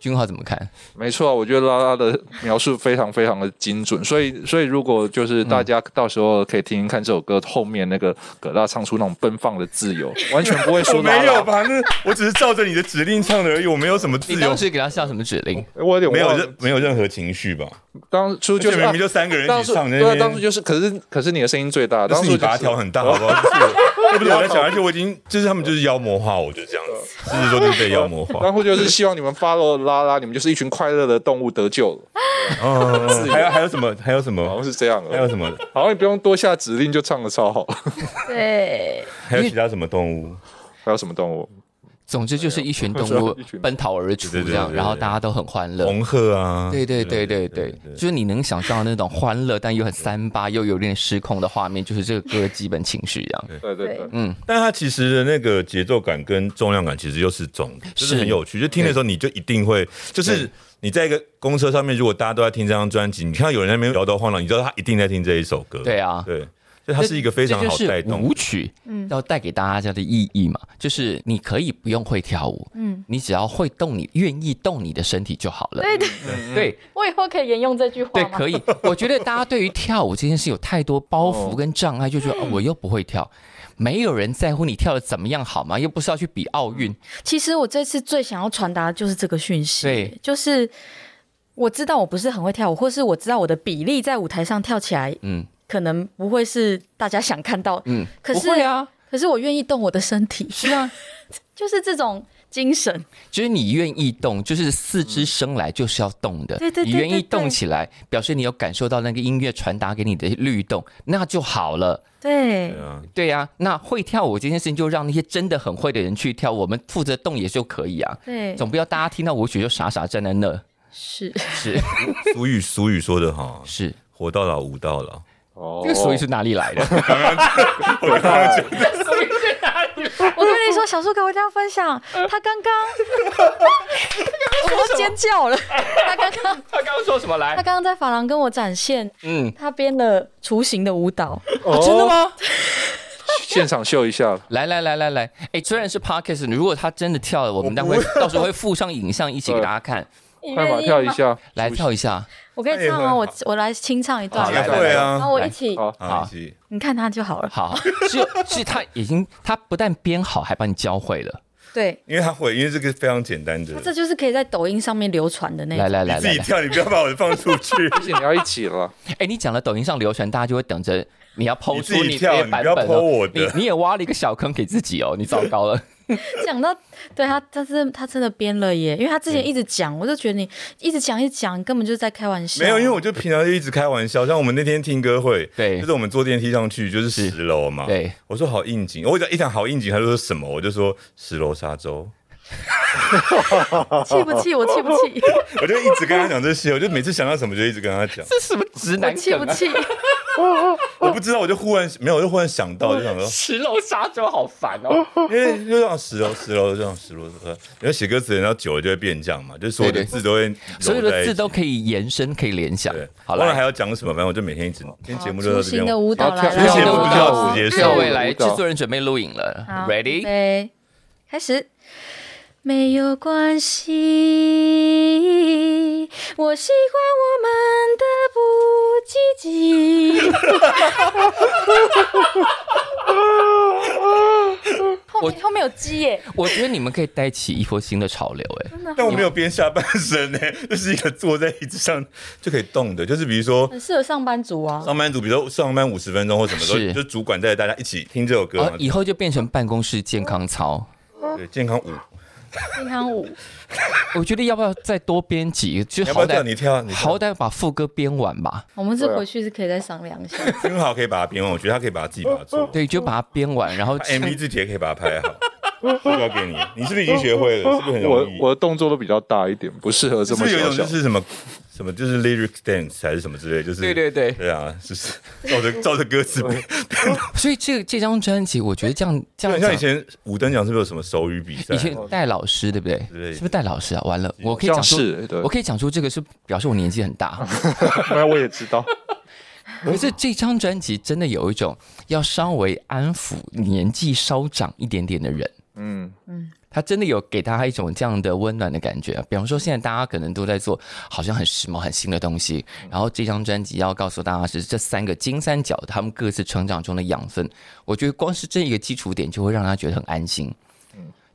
君浩怎么看？没错啊，我觉得拉拉的描述非常非常的精准，所以所以如果就是大家到时候可以听听看这首歌后面那个葛大唱出那种奔放的自 由，完全不会我说拉没有拉，吧？那我只是照着你的指令唱的而已，我没有什么自你由当，时给他下什么指令？我有没点有忘了任没有任何情绪吧？当初就就啊是明明就三个人当一初起唱在对那啊，当初边，就是，可是可是你的声音最大，但当是初你就啊把它调很大，好不 好？是我对不对？我在想，而且我已经就是他们就是妖魔化，我就这样子，啊狮子座就是被妖魔化， 当初就是希望你们 follow 拉拉，你们就是一群快乐的动物得救 了，嗯，还有还有什么？还有什好像么？是这样还有的。什么？好像你不用多下指令就唱的超好。对， 还有其他什么动物？还有什么动物？总之就是一群动物一群奔逃而出对对这对样，对对然后大家都很欢乐。红鹤啊，对对对对对，就是你能想象的那种欢乐但又很三八又有点失控的画面，就是这个歌的基本情绪一样。对对对对，嗯但它其实的那个节奏感跟重量感其实又是重点，就是是很有趣。就听的时候，你就一定会，就是你在一个公车上面，如果大家都在听这张专辑，你看到有人在那边摇头晃脑，你知道他一定在听这一首歌。对啊对，所以它是一个非常这好就是带动舞。曲，嗯要带给大家的意义嘛，就是你可以不用会跳舞，嗯，你只要会动你，愿意动你的身体就好了。对对对 我以后可以沿用这句话对，吗？可以。我觉得大家对于跳舞这件事有太多包袱跟障碍，就觉得、嗯哦、我又不会跳，没有人在乎你跳的怎么样好吗？又不是要去比奥运，其实我这次最想要传达的就是这个讯息，对就是我知道我不是很会跳舞，或是我知道我的比例在舞台上跳起来，嗯嗯，可能不会是大家想看到，嗯，可是不会啊，可是我愿意动我的身体，是啊， 就是这种精神。就是你愿意动，就是四肢生来就是要动的，对对对你愿意对对动起来，表示你有感受到那个音乐传达给你的律动，那就好了。对对啊，对呀、那会跳舞这件事情就让那些真的很会的人去跳，我们负责动也就可以啊，对，总不要大家听到舞曲就傻傻站在那。是是俗语俗语说的好，是，活到老，舞到老。哦 这个所以是哪里 来的？我跟你说，小树给我一定要分享，嗯他刚 刚我都尖叫了，他刚刚他刚刚说什么他来？刚刚在法郎跟我展现嗯，他编了雏形的舞 蹈。哦真的吗？现场秀一下，来来来来来，哎，虽然是 podcast，如果他真的跳了，我们待会到时候会附上影像一起给大家看，你快马愿意跳一吗？下，来跳一下。我可以唱哎吗？很我我来清唱一段好，来来对然啊，后我一起，好，好，好一起你看他就好了。好，是是，他已经他不但编好，还帮你教会了。对，因为它会，因为这个非常简单的他，这就是可以在抖音上面流传的那来种。来来你自来己来，跳，你不要把我放出去。而且你要一起了，哎，你讲了抖音上流传，大家就会等着你要抛你自出己你跳的你版不要本 po 我哦。的你你也挖了一个小坑给自己哦，你糟糕了。讲到对他，他真他真的编了耶，因为他之前一直讲，我就觉得你一直讲一直讲，根本就是在开玩笑。没有，因为我就平常就一直开玩笑，像我们那天听歌会，对就是我们坐电梯上去就是十楼嘛，对，我说好应景，我讲一讲好应景，他就说什么，我就说十楼沙洲，气不气？我气不 气？我就一直跟他讲这些，我就每次想到什么就一直跟他讲，这 什么直我男气不梗啊？气？我不知道，我就忽然没有，我就忽然想到，哦就想说，十楼沙洲好烦哦。因为就像十楼十楼这样十楼，呃因为写歌词人要久了就会变这样嘛，就是所有的对对字都会所有揉在的一起字都可以延伸，可以联想对。，好忘了还了，要讲什么，反正我就每天一直听节目就雏到这形边的。舞蹈好来跳之来前来不知道直接各上位来，舞蹈制作人准备录影了好预，ready？备开始。没有关系，我喜欢我们的不积 极。后面后面有鸡耶，我觉得你们可以带起一波新的潮流，哎，但我没有编下半身呢、 就是一个坐在椅子上就可以动的，就是比如说很适合上班族啊。上班族，比如说上班五十分钟或什么时候是，就主管带着大家一起听这首歌嘛哦，以后就变成办公室健康操。对，健康舞。健康舞，我觉得要不要再多编辑？就要不要好叫歹你跳？啊你跳好歹把副歌编完吧。我们是对啊回去是可以再商量一下。很好，可以把它编完。我觉得他可以把它自己把它 做完。对，就把它编完，然后他 MV 自己也可以把它拍好。我交给你，你是不是已经学会了？是不是很我容易？我的动作都比较大一点，不适合这是不么是有一种小小就。是什么什么就是 lyric dance 还是什么之类，就是 对对对对啊，就是照着照着歌词编，所以这这张专辑，我觉得这样这就很样像以讲。前五等奖是不是有什么手语比赛？以前戴老师对不对？对是不是戴老师啊？完了，我可以像讲出，是对我可以讲出这个是表示我年纪很大。 那我也知道，可是这张专辑真的有一种要稍微安抚年纪稍长一点点的人，嗯，他真的有给大家一种这样的温暖的感觉。啊比方说，现在大家可能都在做好像很时髦、很新的东西，然后这张专辑要告诉大家是这三个金三角他们各自成长中的养分。我觉得光是这一个基础点就会让他觉得很安心。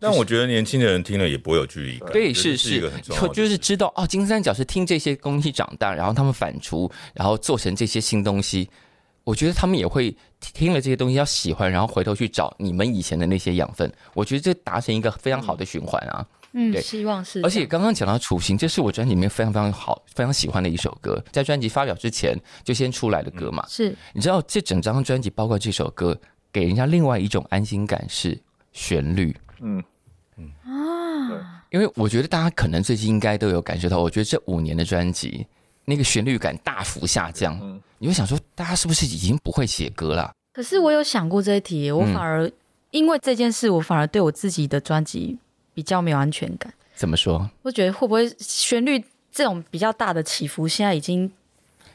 但我觉得年轻的人听了也不会有距离感。对，这是是一个是很，重要就的就是知道哦，金三角是听这些东西长大，然后他们反刍，然后做成这些新东西。我觉得他们也会听了这些东西要喜欢，然后回头去找你们以前的那些养分。我觉得这达成一个非常好的循环啊！嗯对，希望是这样。而且刚刚讲到《雏形》，这是我专辑里面非常非常好、非常喜欢的一首歌，在专辑发表之前就先出来的歌嘛。是嗯你知道这整张专辑，包括这首歌，给人家另外一种安心感是旋律。啊，因为我觉得大家可能最近应该都有感受到，我觉得这五年的专辑那个旋律感大幅下降，嗯你会想说，大家是不是已经不会写歌了？可是我有想过这一题，我嗯反而、因为这件事，我反而对我自己的专辑比较没有安全感。怎么说？我觉得会不会旋律这种比较大的起伏，现在已经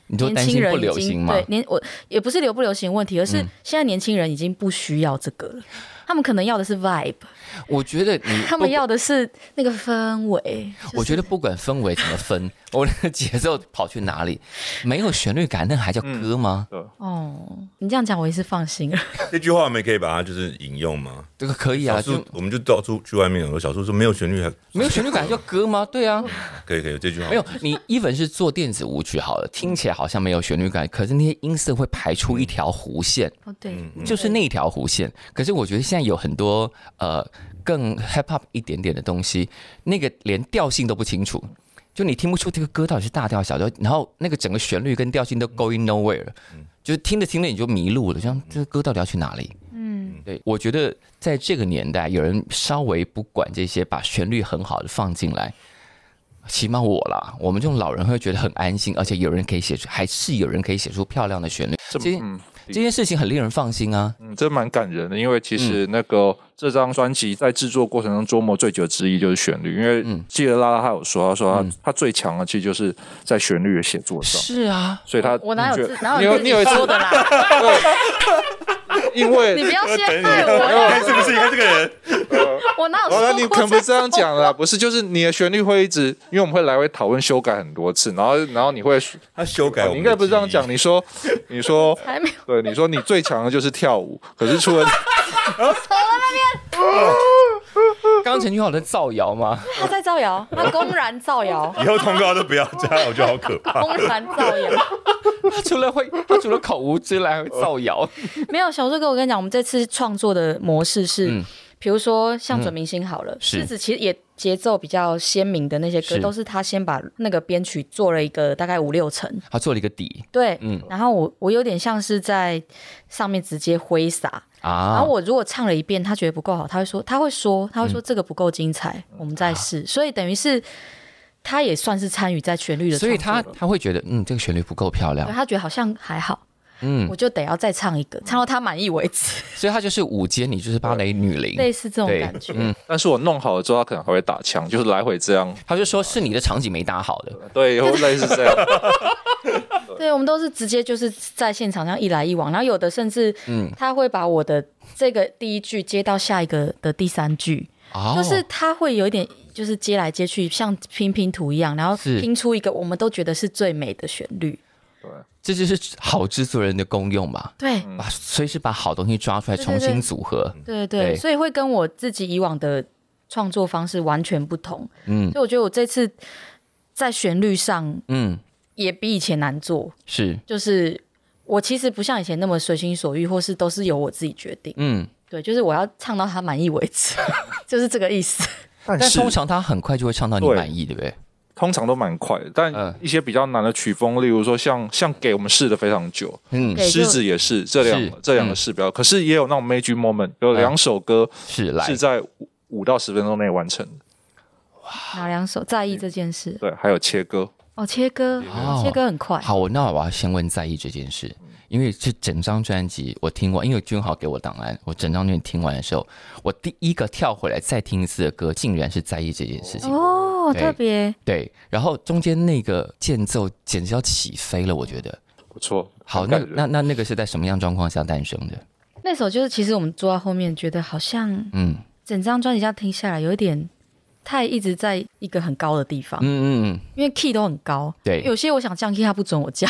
你都年担轻心人不已流行经吗？嗯对年我也不是流不流行问题，而是现在年轻人已经不需要这个了。他们可能要的是 vibe，我觉得你 他们要的是那个氛围。就是我觉得不管氛围怎么分，我的节奏跑去哪里，没有旋律感，那还叫歌吗？哦，你这样讲我也是放心了。 这句话我们也可以把它就是引用吗？这个可以啊，小树就，我们就到处去外面，有个小树说没有旋律还没有旋律感还叫歌吗？对啊，可以可以，这句话没有。你 even 是做电子舞曲好了，听起来好像没有旋律感，可是那些音色会排出一条弧线。哦，对，嗯嗯就是那一条弧线。可是我觉得现在有很多呃更 hip hop 一点点的东西，那个连调性都不清楚，就你听不出这个歌到底是大调小调，然后那个整个旋律跟调性都 going nowhere 了，就是听着听着你就迷路了，像这个歌到底要去哪里？嗯，对，我觉得在这个年代，有人稍微不管这些，把旋律很好的放进来，起码我啦，我们这种老人会觉得很安心，而且有人可以写出，还是有人可以写出漂亮的旋律，这件、嗯这件事情很令人放心啊。嗯，这蛮感人的，因为其实嗯那个、这张专辑在制作过程中琢磨最久之一就是旋律，因嗯为记得拉拉他有说，他说他、他最强的其实就是在旋律的写作上，是啊，所以他我哪有你觉自哪你有有自你己有一次说 的啦？ 因你为不要我等陷你，害我，哎看是不是？看这个人，我哪有好说了，过你可不是这样种讲 啦，不是就是你的旋律会一直，因为我们会来回讨论修改很多次，然后然后你会，他修哦改我们的记哦你忆。应该不是这样讲，你 说你说还没有。对，你说你最强的就是跳舞，可是除了刚陈俊浩在造谣 吗？他在造谣，他公然 造谣，以后通告都不要加，我觉得好可怕。公然造谣。他除了会，他除了口无遮拦，还会造谣。没有小树哥，我跟你讲，我们这次创作的模式是，嗯比如说像准明星好了，是狮子其实也节奏比较鲜明的那些歌，是都是他先把那个编曲做了一个大概五六成，他做了一个底对，嗯然后我我有点像是在上面直接挥洒，然啊后，我如果唱了一遍，他觉得不够好，他会说，他会说，他会嗯说这个不够精彩，我们再啊试，所以等于是他也算是参与在旋律的所创以作了，他他会觉得，嗯，这个旋律不够漂亮对，他觉得好像还好。嗯，我就得要再唱一个，唱到他满意为止，所以他就是舞间，你就是芭蕾女类伶。似这种嗯对嗯感觉。 但是我弄好了之后，他可能还会打枪，就是来回这样，他就说是你的场景没搭好的，对，会类似这样。对，我们都是直接就是在现场这样一来一往，然后有的甚至嗯，他会把我的这个第一句接到下一个的第三句，哦，就是他会有一点就是接来接去，像拼拼图一样，然后是拼出一个我们都觉得是最美的旋律。这就是好制作人的功用吧，啊对，嗯把随时把好东西抓出来对重对新组合。对对对对，所以会跟我自己以往的创作方式完全不同。嗯所以我觉得我这次在旋律上嗯，也比以前难做，是，就是我其实不像以前那么随心所欲，或是都是由我自己决定。嗯， 对，就是我要唱到他满意为止，就是这个意思。但但是通常他很快就会唱到你对满意，对不对？ 通常都蛮快的，但嗯一些比较难的曲风，例如说像像给我们试的非常久，嗯，对就狮子也是嗯这是两这两个试标，可是也有那种 magic moment，有两首歌是来是在五五到十分钟内完成的，哪两首在意这件事？对，还有切歌，哦，切歌哦，切歌很快。好，那我要先问在意这件事，因为这整张专辑我听完，因为君豪给我档案，我整张专辑听完的时候，我第一个跳回来再听一次的歌，竟然是在意这件事情。哦，对特别对，然后中间那个间奏简直要起飞了，我觉得。不错，好，很那感人那那那个是在什么样状况下诞生的？那首就是，其实我们坐在后面觉得好像嗯整张专辑这样听下来，有一点太一直在一个很高的地方，嗯嗯嗯，因为 key 都很高。对有些我想降 key，他不准我降。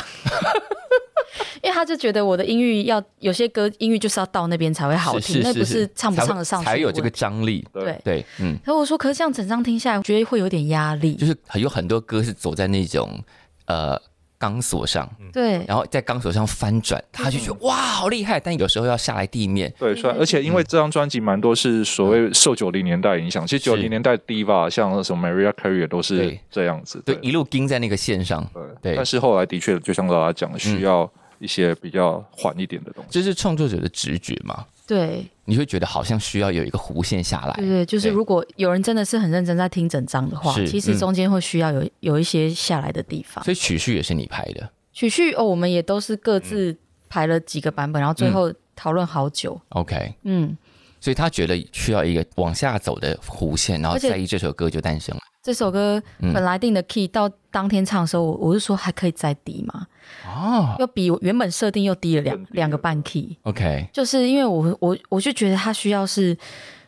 因为他就觉得我的音域要有些歌音域就是要到那边才会好听，是是那是不是唱不才会唱得上去才有这个问张力。对。对，嗯，然后我说，可是这样整张听下来，我觉得会有点压力。就是很有很多歌是走在那种呃钢索上，对，然后在钢索上翻转，他就觉嗯得哇好厉害，但有时候要下来地面，对，虽然而且因为这张专辑蛮多是所谓受九零年代影响，其实九嗯是零年代 diva 像什么 Maria Carey 也都是对这样子，对，一路盯在那个线上，对嗯对，但是后来的确就像大家讲，需要一些比较缓一点的东西。这是创作者的直觉嘛？对，你会觉得好像需要有一个弧线下来，对对，就是对如果有人真的是很认真在听整张的话，哎是其实中间会需要有有一些下来的地方。所以曲序也是你排的曲序哦，我们也都是各自排了几个版本，然后嗯最后讨论好久。 ，OK？嗯，所以他觉得需要一个往下走的弧线，然后而且在意这首歌就诞生了。这首歌嗯本来定的 key 到当天唱的时候，我我是说还可以再低嘛，哦又比我原本设定又低了两更低了两个半 key， ，OK，就是因为我我我就觉得它需要是。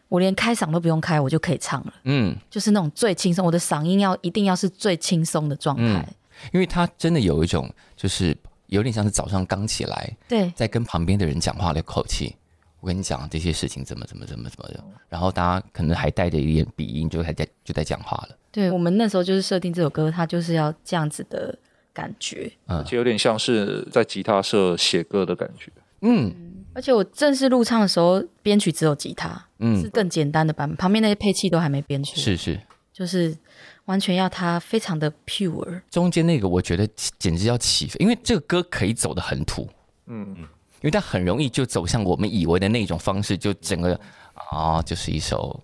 我连开嗓都不用开，我就可以唱了，嗯，就是那种最轻松。我的嗓音要一定要是最轻松的状态。嗯因为他真的有一种就是有点像是早上刚起来，对，在跟旁边的人讲话的口气。我跟你讲这些事情怎么怎么怎么怎么的，然后大家可能还带着一点鼻音，就还在就在讲话了。对我们那时候就是设定这首歌，它就是要这样子的感觉。嗯其实有点像是在吉他社写歌的感觉，嗯而且我正式录唱的时候，编曲只有吉他，是嗯，更简单的版本，旁边那些配器都还没编去，是是，就是完全要它非常的 pure。中间那个我觉得简直要起飞，因为这个歌可以走得很土，嗯，因为它很容易就走向我们以为的那种方式，就整嗯个啊、就是一首。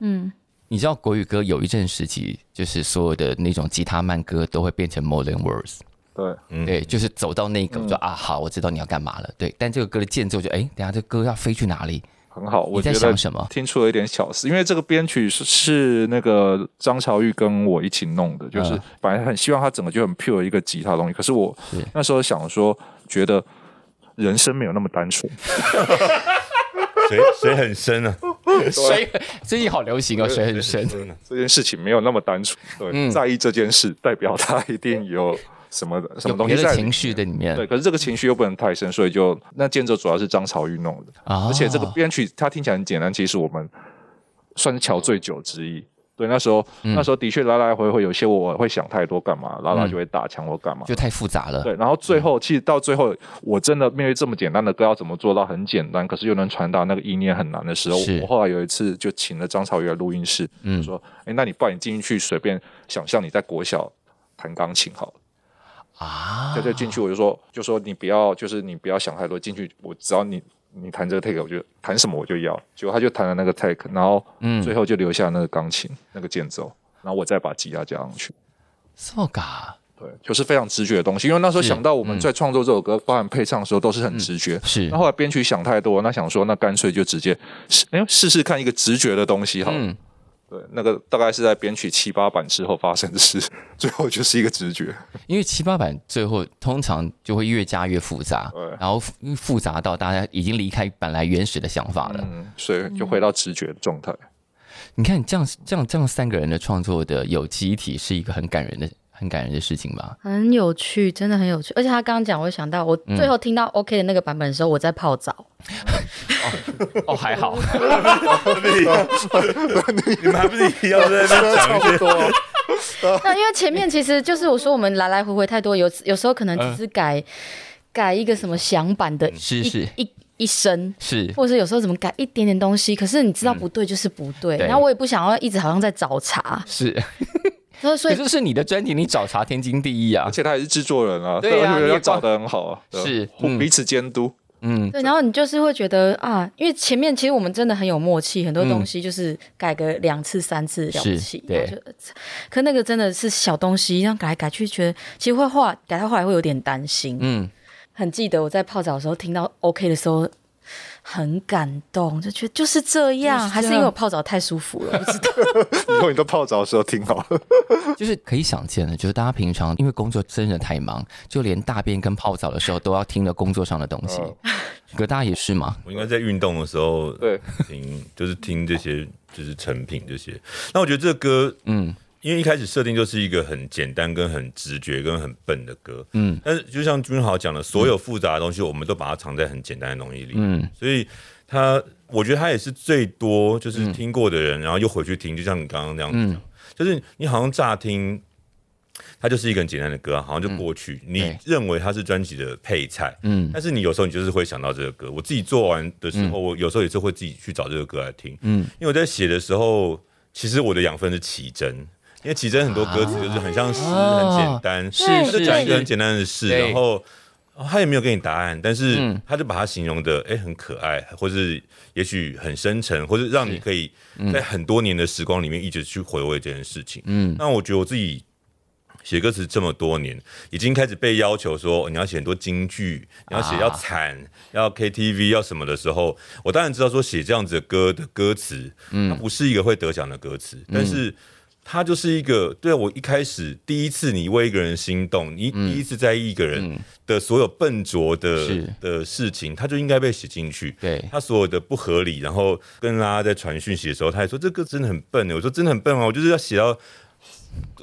嗯，你知道国语歌有一阵时期，就是所有的那种吉他慢歌都会变成 modern words，、对，嗯对，就是走到那嗯个就、啊，好，我知道你要干嘛了，对。但这个歌的间奏就，哎，等一下这歌要飞去哪里？很好。你我在觉想得什么？听出了一点巧思，因为这个编曲是是那个张朝玉跟我一起弄的，就是嗯本来很希望他整个就很 pure 一个吉他的东西，可是我是那时候想说，觉得人生没有那么单纯，水水很深啊，水最近好流行哦，水很深。深啊，这件事情没有那么单纯，对，嗯在意这件事，代表他一定有什么的什有么东别西的在里情绪在里面对，可是这个情绪又不能太深，所以就那间奏主要是张朝玉弄的，啊而且这个编曲它听起来很简单，其实我们算是乔最久之一。对，那时候、嗯那时候的确来来回回有些我会想太多干嘛，拉拉就会打枪或干嘛。就太复杂了。对，然后最后嗯其实到最后，我真的面对这么简单的歌要怎么做到很简单，可是又能传达那个意念很难的时候是，我后来有一次就请了张朝宇来录音室，嗯嗯，说，哎，那你不然你进去随便想象你在国小弹钢琴好了。啊，他就进去，我就说，就说你不要，就是你不要想太多，进去我只要你你弹这个 take，我就弹什么我就要。结果他就弹了那个 take，然后嗯最后就留下那个钢琴那个间奏，然后我再把吉他加上去。 so ga 对，就是非常直觉的东西。因为那时候是嗯想到我们在创作这首歌，包含配唱的时候都是很直觉。是那后来编曲想太多，那想说那干脆就直接试，哎，试试看一个直觉的东西好了。嗯对，那个大概是在编曲七八版之后发生的事， 最后就是一个直觉。因为七八版最后通常就会越加越复杂对，然后复复杂到大家已经离开本来原始的想法了。嗯，所以就回到直觉的状态。嗯你看，这样这样这样三个人的创作的有机体是一个很感人的、很感人的事情吧？很有趣，真的很有趣。而且他刚刚讲，我想到我最后听到 OK 的那个版本的时候，我在泡澡。哦，还好，你们还不是一样在那边讲一些？那因为前面其实就是我说我们来来回回太多，有有时候可能只是改、改一个什么响版的一是是一一生， 是或者是有时候怎么改一点点东西，可是你知道不对就是不对，对然后我也不想要一直好像在找茬，是，所以所可以是是你的专辑，你找茬天经地义啊而，且他也是制作人啊，对我啊觉你得也要挂找的很好啊，对吧是互嗯彼此监督， 嗯，对，然后你就是会觉得啊，因为前面其实我们真的很有默契，很多东西就是改个两次、三次了不是起。对然后就，呃可那个真的是小东西，让改来改去，觉得其实会后来改到后来会有点担心。嗯嗯，很记得我在泡澡的时候听到 OK 的时候。很感动，就觉得就是这样，还是因为我泡澡太舒服了，不知道。以后你都泡澡的时候听好了。就是可以想见的，就是大家平常因为工作真的太忙，就连大便跟泡澡的时候都要听着工作上的东西嗯。葛大也是嘛，我应该在运动的时候对听，就是听这些就是成品这些。那我觉得这个歌，嗯嗯，因为一开始设定就是一个很简单、跟很直觉、跟很笨的歌，嗯。但是就像君豪讲的，所有复杂的东西，我们都把它藏在很简单的东西里，嗯。所以他，我觉得他也是最多嗯就是听过的人，然后又回去听，就像你刚刚那样讲，就是你好像乍听。它就是一个很简单的歌啊，好像就过去。你嗯对认为它是专辑的配菜，嗯但是你有时候你就是会想到这个歌。我自己做完的时候，我有时候也是会自己去找这个歌来听。嗯，因为我在写的时候，其实我的养分是奇珍，因为奇珍很多歌词就是很像诗，啊很简单，是他就讲一对个很简单的事，对然后。哦他也没有给你答案，但是嗯他就把它形容的哎、诶很可爱，或是也许很深沉，或是让你可以在很多年的时光里面一直去回味这件事情。嗯，那我觉得我自己写歌词这么多年，已经开始被要求说哦你要写很多京剧，你要写要惨，要 KTV，要什么的时候，我当然知道说写这样子的歌的歌词，它不是一个会得奖的歌词，但是它就是一个对我一开始第一次你为一个人心动，你第一次在意一个人的所有笨拙的、是的事情，它就应该被写进去。对他所有的不合理，然后跟大家在传讯息的时候，他也说这个真的很笨欸我说真的很笨吗？我就是要写到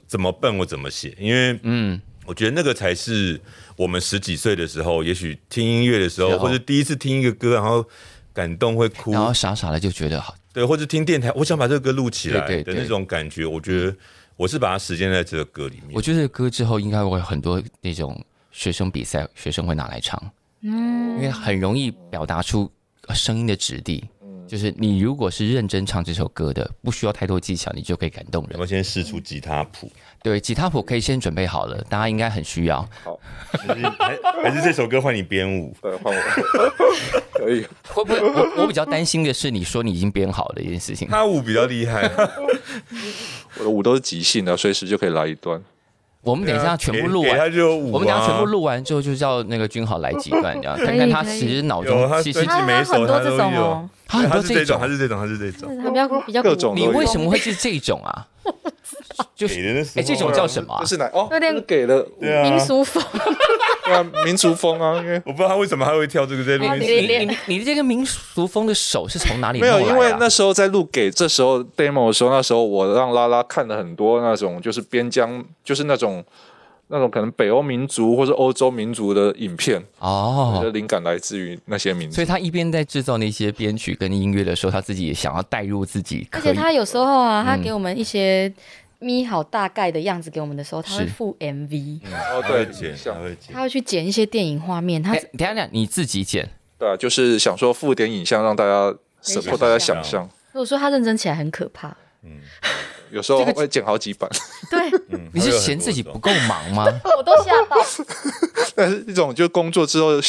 怎么笨我怎么写，因为嗯，我觉得那个才是我们十几岁的时候，也许听音乐的时候，是哦或者第一次听一个歌，然后感动会哭，然后傻傻的就觉得好，对，或者听电台，我想把这个歌录起来对的对对那种感觉，我觉得我是把它实践在这个歌里面我。觉得歌之后应该会有很多那种学生比赛，学生会拿来唱，嗯，因为很容易表达出声音的质地。嗯就是你如果是认真唱这首歌的，不需要太多技巧，你就可以感动我人。们先试出吉他 谱，对，吉他谱可以先准备好了，大家应该很需要。还是还还是这首歌换你编 舞？对，换我， 可以。会不会我我比较担心的是，你说你已经编好了一件 事情，他舞比较厉害，我的舞都是即兴的，随时就可以来一段。我 们等一下全部录给给完他，就有舞、啊。我们等一下全部录完之后，就叫那个君豪来几段，这样看看他可以其实脑有中他其实最近他每一他首很他多都这有种哦，他很多他是这种种，他，是这种，他是这种。他比较比较各种古你风为什么会是这种 啊？就是给的那时候哎，这种叫什么啊这？是哪？哦，有点这是给的，对啊，民俗风？对啊，民族风啊，因 为我不知道他为什么他会跳这个在录啊音你室。你哎你你的这个民俗风的手是从哪里没弄有，来因的为啊那时候在录给这时候 demo 的时候，那时候我让拉拉看了很多那种就是边疆，就是那种那种可能北欧民族或是欧洲民族的影片，我的哦。灵感来自于那些民族所以。他一边在制造那些编曲跟音乐的时候，他自己也想要带入自己而可且以他有时候啊，他给我们一些咪好大概的样子给我们的时候，他会是附 MV，哦，他对会，剪，他像会剪他。会去剪一些电影画面，他哎，等一下等一下，你自己剪对啊，就是想说附点影像让大家想象 support 大家想象，如果说他认真起来很可怕，有时候会剪好几版， 对嗯你他会是有很嫌多自己种不够忙吗？ 我都吓 到。但是一种就工作之后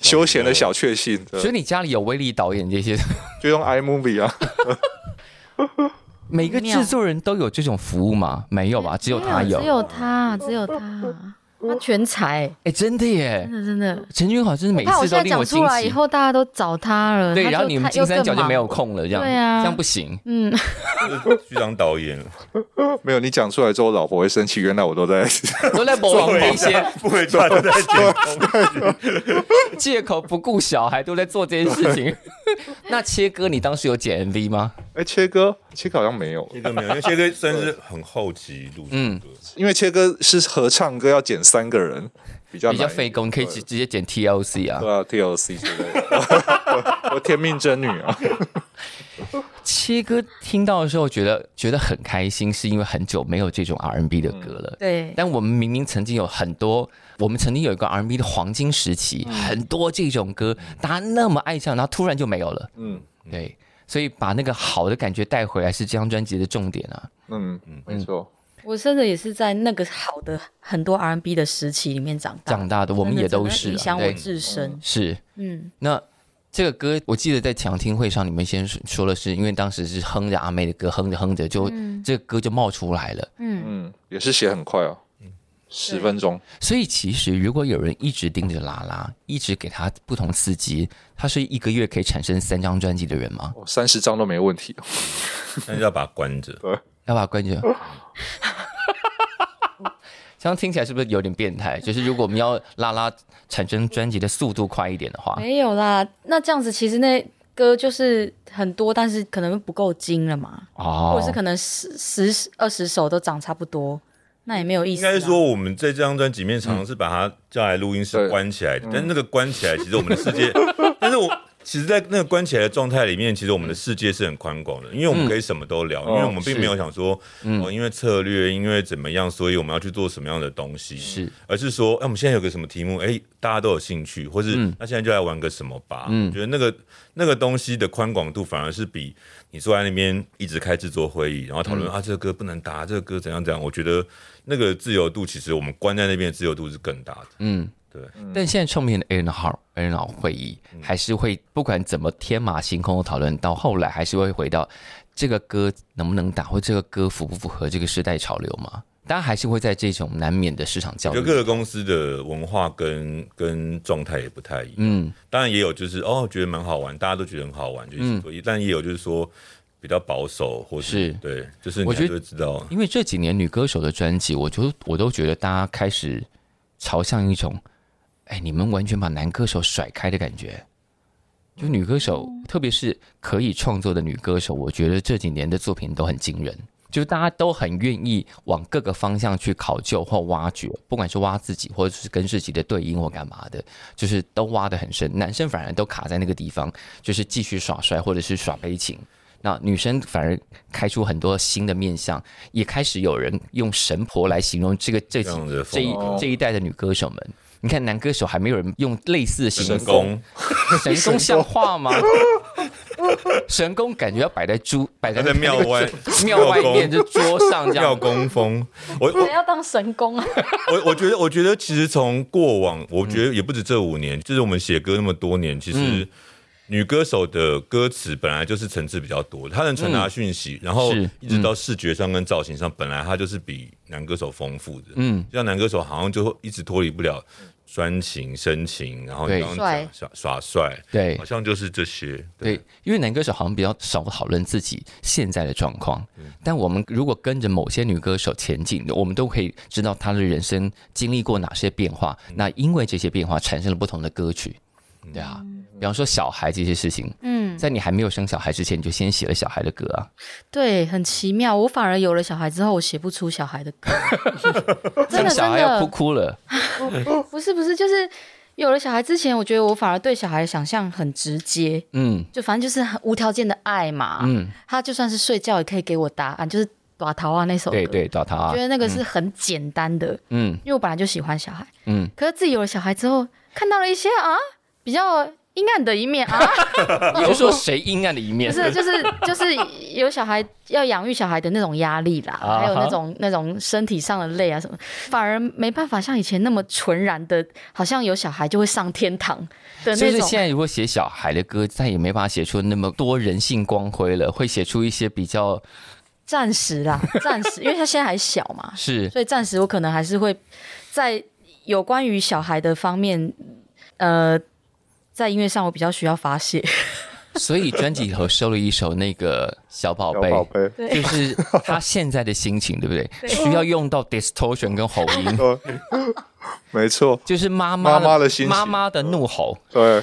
休闲的小确幸， 对啊所以你家里有威力导演这些， 就用 iMovie 啊， 每个制作人都有这种服务吗？没有吧，只有他有。只有他，只有他，他全才，哎，真的耶真！的真的。陈君豪真是每怕我次都现在令讲我出惊来以喜。后，大家都找他了，对，他就然后你们他金三角又更就没有忙。空了，这样对啊这样不行。嗯， 局长导演了，没有你讲出来之后，老婆会生气，原来我都在都在模 仿啊一些不回家都在剪东西。借口不顾小孩，都在做这件事情。那切哥，你当时有剪 MV 吗？哎，切歌，切歌好像没有，现在没有，因为现在算是很后期录嗯的歌。因为切歌是合唱歌，要剪三个人，比较比较难费工，可以直直接剪 TLC 啊 对。啊，TLC 之类的，我天命真女啊，切歌听到的时候，觉得觉得很开心，是因为很久没有这种 R&B 的歌了。对，但我们明明曾经有很多，我们曾经有一个 R&B 的黄金时期，很多这种歌，大家那么爱唱，然后突然就没有了。嗯对，所以把那个好的感觉带回来是这张专辑的重点啊。嗯嗯，没错，我真的也是在那个好的很多 R&B 的时期里面长大，长大的我们也都真是、的啊，真的影响我对，自身。是。嗯，那这个歌，我记得在抢听会上，你们先说了是，因为当时是哼着阿妹的歌，哼着哼着就、嗯这个歌就冒出来了。嗯，也是写很快哦，嗯十分钟，所以其实如果有人一直盯着拉拉，一直给他不同刺激，他是一个月可以产生三张专辑的人吗？哦，三十张都没问题，但是要把它关着。要把 关键。这样听起来是不是有点变态？就是如果我们要拉拉产生专辑的速度快一点的话，没有啦。那这样子其实那歌就是很多，但是可能不够精了嘛，或哦者是可能十十二十首都长差不多，那也没有意应思啊。该是说，我们在这张专辑里面尝试把它叫来录音室对关起来的，但是那个关起来，其实我们的世界，但是我其实，在那个关起来的状态里面，其实我们的世界是很宽广的，因为我们可以什么都聊，因为我们并没有想说，哦，因为策略，因为怎么样，所以我们要去做什么样的东西，是，而是说，哎、我们现在有个什么题目，哎、大家都有兴趣，或是那现在就来玩个什么吧，嗯，觉得那个那个东西的宽广度反而是比你坐在那边一直开制作会议，然后讨论、啊这个歌不能打，这个歌怎样怎样，我觉得那个自由度其实我们关在那边的自由度是更大的。嗯，对。但现在创面的 Aaron 号 Aaron 号会议还是会不管怎么天马行空的讨论，到后来还是会回到这个歌能不能打，或这个歌符不符合这个时代潮流嘛？大家还是会在这种难免的市场我交觉得各易。个公司的文化跟跟状态也不太一样，嗯，当然也有就是哦，觉得蛮好玩，大家都觉得很好玩，就一起做。但也有就是说比较保守，或是嗯是对，就是你我还觉得是会知道，因为这几年女歌手的专辑，我就我都觉得大家开始朝向一种，哎，你们完全把男歌手甩开的感觉。就女歌手，特别是可以创作的女歌手，我觉得这几年的作品都很惊人。就是大家都很愿意往各个方向去考究或挖掘，不管是挖自己，或者是跟自己的对应或干嘛的，就是都挖得很深。男生反而都卡在那个地方，就是继续耍帅或者是耍悲情。那女生反而开出很多新的面相，也开始有人用神婆来形容这个这几这样子的这一风格这一代的女歌手们。你看男歌手还没有人用类似的形容神功，神功像 话吗？神功感觉要摆在猪摆在在庙外 庙外面就桌上这妙样。工风，我我谁要当神功啊？我我觉得，我觉得其实从过往，我觉得也不止这五年，就是我们写歌那么多年，其嗯实女歌手的歌词本来就是层次比较多，她能传达讯息，然后嗯是嗯一直到视觉上跟造型上，本来她就是比男歌手丰富的。嗯，像男歌手好像就一直脱离不了专情、深情，然后你对刚刚讲耍耍帅，对好像就是这些。对，因为男歌手好像比较少讨论自己现在的状况，嗯但我们如果跟着某些女歌手前进，我们都可以知道她的人生经历过哪些变化。嗯那因为这些变化产生了不同的歌曲，对啊，比方说小孩这些事情， 嗯，在你还没有生小孩之前，你就先写了小孩的歌啊，对，很奇妙。我反而有了小孩之后，我写不出小孩的 歌，真像的小真孩要哭的哭了，不是不是，就是有了小孩之前，我觉得我反而对小孩的想象很直接，嗯就反正就是很无条件的爱嘛。嗯，他就算是睡觉也可以给我答案，就是《寡桃啊》那首歌。对对，找他我啊觉，得那个是很简单的，嗯因为我本来就喜欢小孩。嗯，可是自己有了小孩之后，看到了一些啊比较阴暗的一面啊， 你就说谁阴暗的一面不？是就是就是有小孩要养育小孩的那种压力啦，啊哈还有那种那种身体上的累啊什么，反而没办法像以前那么纯然的，好像有小孩就会上天堂就的是那现种。在如果写小孩的歌，再也没办法写出那么多人性光辉了，会写出一些比较暂时啦，暂时，因为他现在还小嘛， 是所以暂时我可能还是会在有关于小孩的方面，呃，在音乐上我比较需要发泄。所以专辑里头收了一首那个小宝贝，宝贝，对就是他现在的心情，对不对？需要用到 distortion 跟吼音，对，没错，就是妈妈妈妈的心情妈妈的怒吼。对，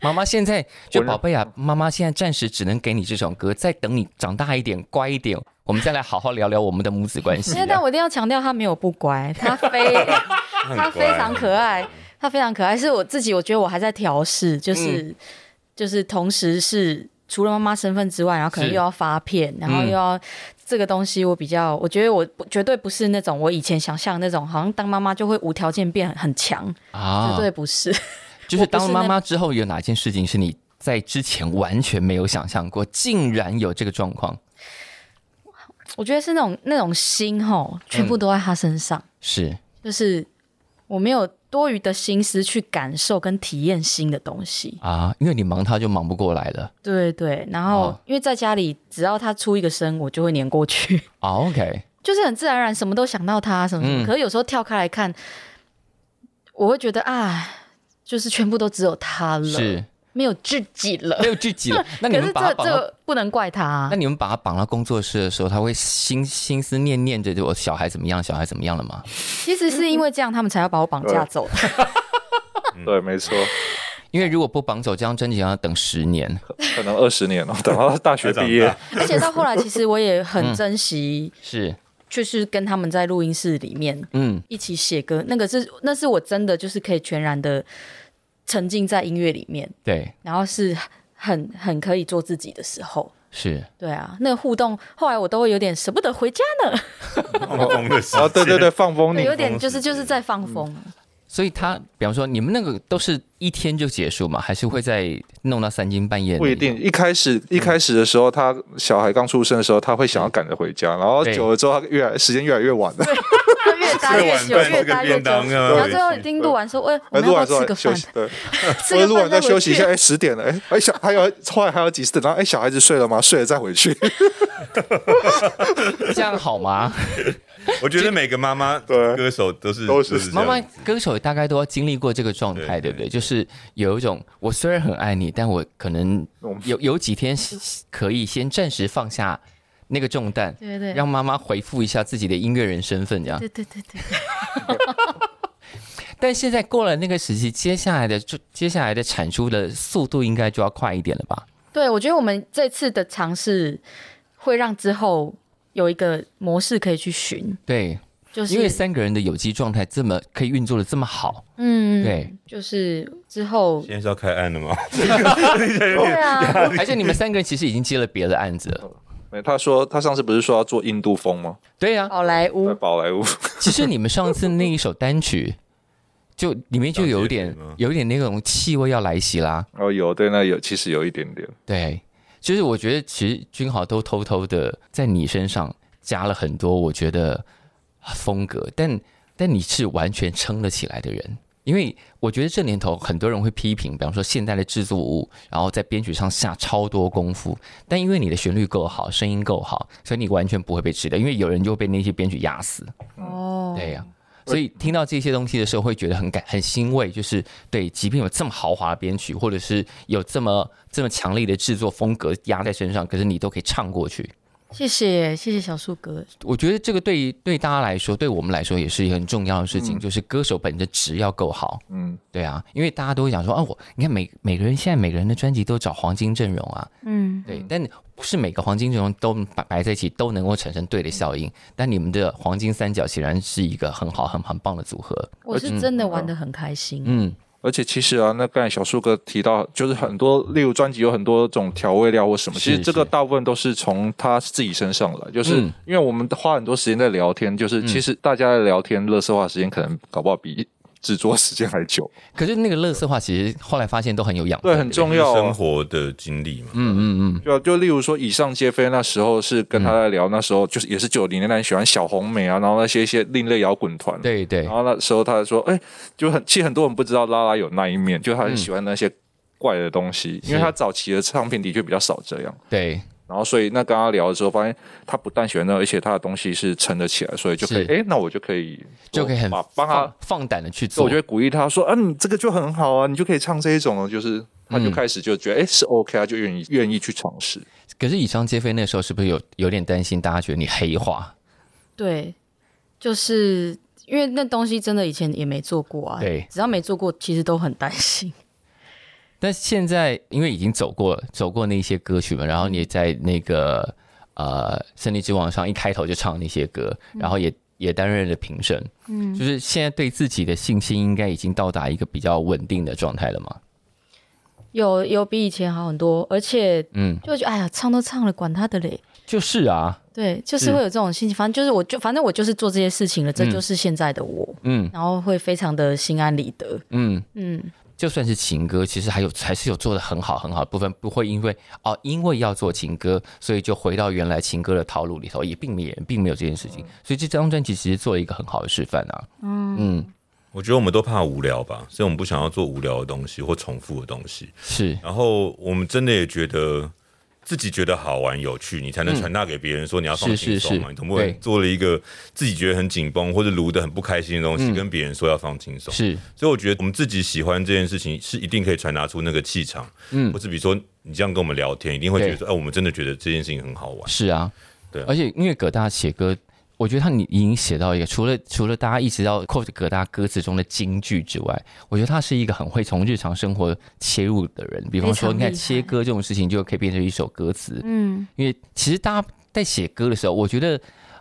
妈妈现在就我认宝贝啊，妈妈现在暂时只能给你这首歌，再等你长大一点、乖一点，我们再来好好聊聊我们的母子关系现在，但啊。我一定要强调，他没有不 乖，他非很乖他非常可爱，嗯他非常可爱。是我自己，我觉得我还在调试，就是、就是同时是除了妈妈身份之外，然后可能是嗯又要发片，然后又要这个东西，我比较，我觉得我不绝对不是那种我以前想象的那种，好像当妈妈就会无条件变很强，绝啊，对不是。 就是我不是当妈那妈之后，有哪件事情是你在之前完全没有想象过，竟然有这个状况？我觉得是那种那种心吼，全部都在他身上，是就是我没有多余的心思去感受跟体验新的东西。啊，因为你忙他就忙不过来了。对对，然后、哦因为在家里，只要他出一个声，我就会黏过去， 啊、OK，就是很自然而然，什么都想到他什么什么。嗯可是有时候跳开来看，我会觉得啊，就是全部都只有他了，是 没有自己了没。有聚 集了。那你可是们把他这绑这到，个不能怪他、啊那，你们把他绑到工作室的时候，他会心心思念念着我小孩怎么样，小孩怎么样了吗？其实是因为这样，他们才要把我绑架走。对，没错，因为如果不绑走，这张专辑要等十年。可能二十年了，哦等到大学毕业长，而且到后来，其实我也嗯很珍惜， 是，就是跟他们在录音室里面嗯，一起写歌，那个是那是我真的就是可以全然的沉浸在音乐里面，对，然后是很很可以做自己的时候。是对啊，那个互动，后来我都会有点舍不得回家呢，放风的时间啊，对对对，，放风对，你有点就时是就是在放嗯风。 所以他，比方说，你们那个都是一天就结束嘛，还是会在弄到三更半夜？不一。定。一开始一开始的时候，他小孩刚出生的时候，他会想要赶着回家，然后对久了之后，他越来时间越来越晚了。就越搭越吃久，个晚饭越搭吃越个便久，当啊然后最后已经录完说，喂，我哎们录要完不之要后吃个休饭？息，对， 吃我个录完饭再再休回息一去下，。哎，十点了，哎，哎小还有后来还有几次，然后哎小孩子睡了吗？睡了再回 去，这样好吗？我觉得每个妈妈对歌手都是都是这妈样妈歌手大概都要经历过这个状态，对对不对？就是有一种，我虽然很爱你，但我可能有有几天可以先暂时放下那个重担， 对对让妈妈回复一下自己的音乐人身份，这样。对对对对，但现在过了那个时期，接下来的就接下来的产出的速度应该就要快一点了吧？对我觉得我们这次的尝试会让之后有一个模式可以去寻，对，就是因为三个人的有机状态这么可以运作的这么好，嗯，对，就是之后现在是要开案了吗？对啊， 而且你们三个人其实已经接了别的案子了。哎他说他上次不是说要做印度风吗？ 对啊呀、好莱在坞宝莱坞，其实你们上次那一首单曲，就里面就有一点张杰伦吗有一点那种气味要来袭啦。哦，有对，那有其实有一点点，对，就是我觉得其实君豪都偷偷的在你身上加了很多，我觉得风格，但但你是完全撑得起来的人。因为我觉得这年头很多人会批评，比方说现在的制作物，然后在编曲上下超多功夫，但因为你的旋律够好，声音够好，所以你完全不会被吃掉。因为有人就会被那些编曲压死。哦，对呀、所以听到这些东西的时候，会觉得很感很欣慰，就是对，即便有这么豪华的编曲，或者是有这么这么强烈的制作风格压在身上，可是你都可以唱过去。谢谢谢谢小树哥，我觉得这个对于对大家来说，对我们来说也是一个很重要的事嗯情，就是歌手本身质要够好。嗯，对啊，因为大家都会讲说啊，我你看每每个人现在每个人的专辑都找黄金阵容啊，嗯，对，但不是每个黄金阵容都摆摆在一起都能够产生对的效嗯应。但你们的黄金三角显然是一个很好很很棒的组合。我是真的玩的很开心，嗯，而且其实啊，那刚才小树哥提到，就是很多，例如专辑有很多种调味料或什么，是其实这个是大部分都是从他自己身上来，就是嗯因为我们花很多时间在聊天，就是其实大家的聊天、乐色化时间可能搞不好比制作时间还 久，可是那个乐色话，其实后来发现都很有养分，对，很重要、生哦。活的经历嘛，啊嗯嗯嗯，对啊，就例如说，以上皆非那时候是跟他嗯在聊，那时候就是也是九零年代喜欢小红莓啊，然后那些一些另类摇滚团，对对然，后那时候他说，哎、就很其实很多人不知道拉拉有那一面，就他很喜欢那些怪的东西，嗯因为他早期的唱片的确比较少这样。对，然后所以那刚刚聊的时候，发现他不但喜欢那个，而且他的东西是撑得起来，所以就可以，是哎、那我就可以就可以很把帮他放，放胆的去所以做。我就会鼓励他说，啊，你这个就很好啊，你就可以唱这一种了，就是。他就开始就觉得哎、诶是 OK，他就愿意愿意去尝试。可是以上皆非那时候是不是有有点担心大家觉得你黑化？对，就是因为那东西真的以前也没做过啊，对只要没做过，其实都很担心。但现在因为已经走过走过那些歌曲嘛，然后你也在那个呃《胜利之王》上一开头就唱那些歌，然后也、也担任了评审，嗯，就是现在对自己的信心应该已经到达一个比较稳定的状态了嘛。有有比以前好很多，而且嗯，就会觉得哎呀，唱都唱了，管他的嘞。就是啊，对，就是是会有这种心情，反正就是我就反正我就是做这些事情了，这嗯就是现在的我，嗯然后会非常的心安理得。嗯，嗯，就算是情歌，其实还有还是有做的很好很好的部分，不会因为哦，因为要做情歌，所以就回到原来情歌的套路里头，也并没也并没有这件事情。嗯所以这张专辑其实做了一个很好的示范啊。嗯，我觉得我们都怕无聊吧，所以我们不想要做无聊的东西或重复的东西。是然后我们真的也觉得自己觉得好玩有趣，你才能传达给别人说你要放是轻是松嘛。嗯是你总不能对做了一个自己觉得很紧绷或者撸的很不开心的东西，跟别人说要放轻松。嗯是，所以我觉得我们自己喜欢这件事情，是一定可以传达出那个气场。嗯或，是比如说你这样跟我们聊天，一定会觉得说，哎，我们真的觉得这件事情很好玩。是啊，对啊而且因为葛大写歌，我觉得他你已经写到一个，除了除了大家一直要 quote 葛大歌词中的金句之外，我觉得他是一个很会从日常生活切入的人。比方非说，常你看厉害切歌这种事情，就可以变成一首歌词。嗯，因为其实大家在写歌的时候，我觉得，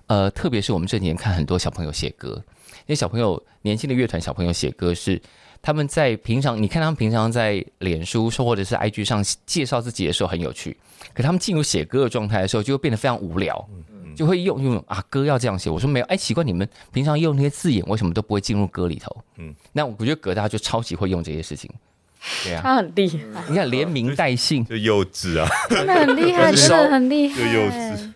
呃，特别是我们这几年看很多小朋友写歌，因为小朋友年轻的乐团小朋友写歌是他们在平常，你看他们平常在脸书说或者是 IG 上介绍自己的时候很有趣，可他们进入写歌的状态的时候，就会变得非常无聊。就会用用啊，歌要这样写。我说没有，哎，奇怪，你们平常用那些字眼，为什么都不会进入歌里头？嗯嗯，那我觉得葛大就超级会用这些事情。对啊，他很厉害，你看连名带姓，就幼稚啊，真的很厉害，真的很厉害，就幼稚。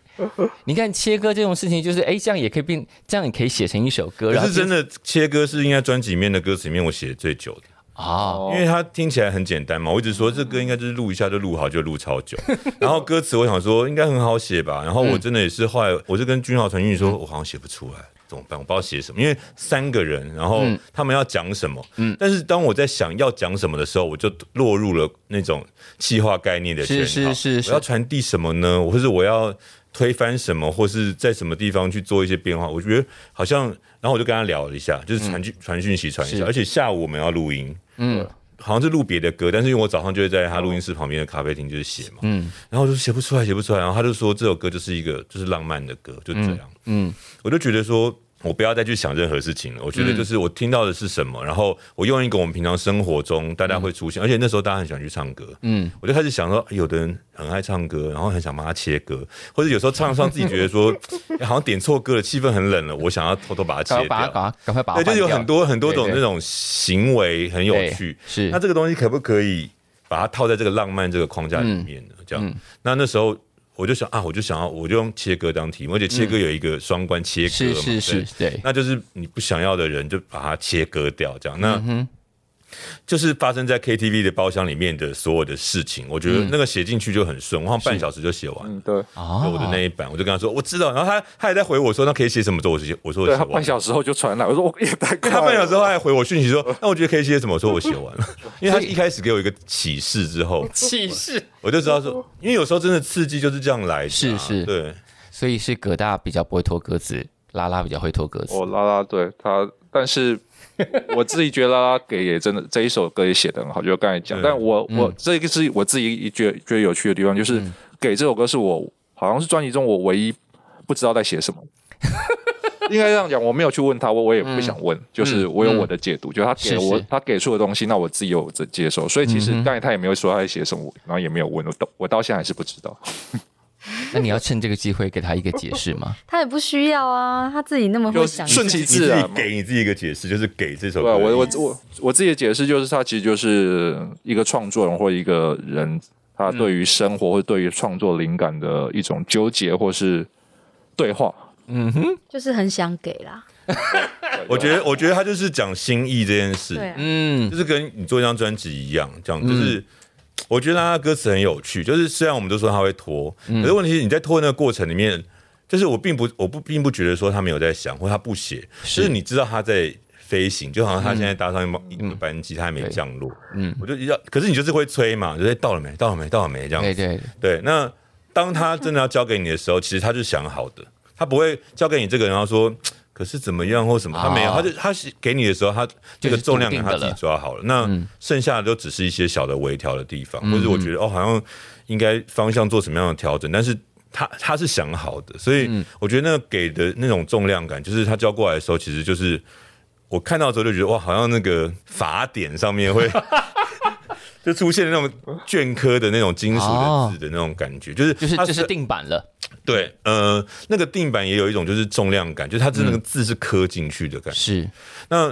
你看切歌这种事情，就是哎，这样也可以变，这样也可以写成一首歌，可然后是真的的切歌是应该专辑里面的歌词里面我写的最久的。啊，因为它听起来很简单嘛，我一直说这歌应该就是录一下就录好，就录超 久。然后歌词我想说应该很好写吧，然后嗯我真的也是后来我就跟君豪传讯说，我好像写不出来，怎么办？我不知道写什么，因为三个人，然嗯后他们要讲什么，但是当我在想要讲什么的时候，我就落入了那种气化概念的圈套。是是是我要传递什么呢？我或者我要推翻什么，或是在什么地方去做一些变化？我觉得好像，然后我就跟他聊了一下，就是传讯传讯息传一嗯是下，而且下午我们要录音，嗯嗯，好像是录别的歌，但是因为我早上就会在他录音室旁边的咖啡厅就是写嘛，嗯，然后我就写不出来，写不出来，然后他就说这首歌就是一个就是浪漫的歌，就这样，嗯我就觉得说。我不要再去想任何事情了。我觉得就是我听到的是什么，然后我用一个我们平常生活中大家会出现，而且那时候大家很喜欢去唱歌，嗯，我就开始想说，哎有的人很爱唱歌，然后很想帮他切歌，或者有时候唱上自己觉得 说、哎好像点错歌了，气氛很冷了，我想要偷偷把它赶切快把它掉。赶快赶快把它对，就是有换掉很多很多种对对那种行为很有对趣。是那这个东西可不可以把它套在这个浪漫这个框架里面嗯呢？这样，那那时候我就想啊，我就想要，我就用切割当题目，而且切割有一个双关切割是嘛，是对是，对，那就是你不想要的人就把它切割掉，这样。那、嗯就是发生在 KTV 的包厢里面的所有的事情，我觉得嗯那个写进去就很顺，我好像半小时就写完了。嗯，对，啊对我的那一版，我就跟他说我知道，然后他他也在回我说那可以写什么？我写我说我对写他完了半小时后就传来，我说哦我也太因快为 他了，半小时后还回我讯息 说，那我觉得可以写什么？我说我写完了，因为他一开始给我一个启示之后，气势，我就知道说，因为有时候真的刺激就是这样来的啊、是是对，所以是葛大比较不会拖歌词，拉拉比较会拖歌词哦我哦拉拉队他，但是我自己觉得拉拉给也真的这一首歌也写得很好，就刚才讲，对但我嗯我这个是我自己觉觉得有趣的地方，就是给这首歌是我好像是专辑中我唯一不知道在写什 么。应该这样讲，我没有去问他，我我也不想问，就是我有我的解读，就他给嗯是我是嗯他给出的东西，那我自己有我自己接受，所以其实刚才他也没有说他在写什么，然后也没有问我到我到现在还是不知道。那你要趁这个机会给他一个解释 吗？他也不需要啊，他自己那么会就想，顺其你自自然己嘛给你自己一个解释，就是给这首啊对歌啊，的意思。我我我我自己的解释就是，他其实就是一个创作人或一个人，他对于生活或对于创作灵感的一种纠结或是对话。就是很想给啦。我觉得，我觉得他就是讲心意这件事，对啊，嗯，就是跟你做一张专辑一样，这样就是。我觉得他的歌词很有趣，就是虽然我们都说他会拖，可是问题是你在拖的那个过程里面，就是我并不我不并不觉得说他没有在想或他不写，是就是你知道他在飞行，就好像他现在搭上一班、一个班机，他还没对降落，嗯嗯，我就要，可是你就是会催嘛，就是哎到了没，到了没，到了没这样子对对，对，那当他真的要交给你的时候，其实他就想好的，他不会交给你这个人，然后说。可是怎么样或什么，他没有，他啊就他是给你的时候，他这个重量感就他是固定自的了嗯己抓好了。那剩下的都只是一些小的微调的地方，或者我觉得哦，好像应该方向做什么样的调整，但是他他是想好的，所嗯以我觉得那个给的那种重量感，就是他交过来的时候，其实 就是我看到的时候就觉得哇，好像那个法典上面会。就出现那种镌刻的那种金属哦的字的那种感觉，就是就是它就是定版了，对，呃，那个定版也有一种就是重量感，就是它真的那嗯个字是刻进去的感觉。是那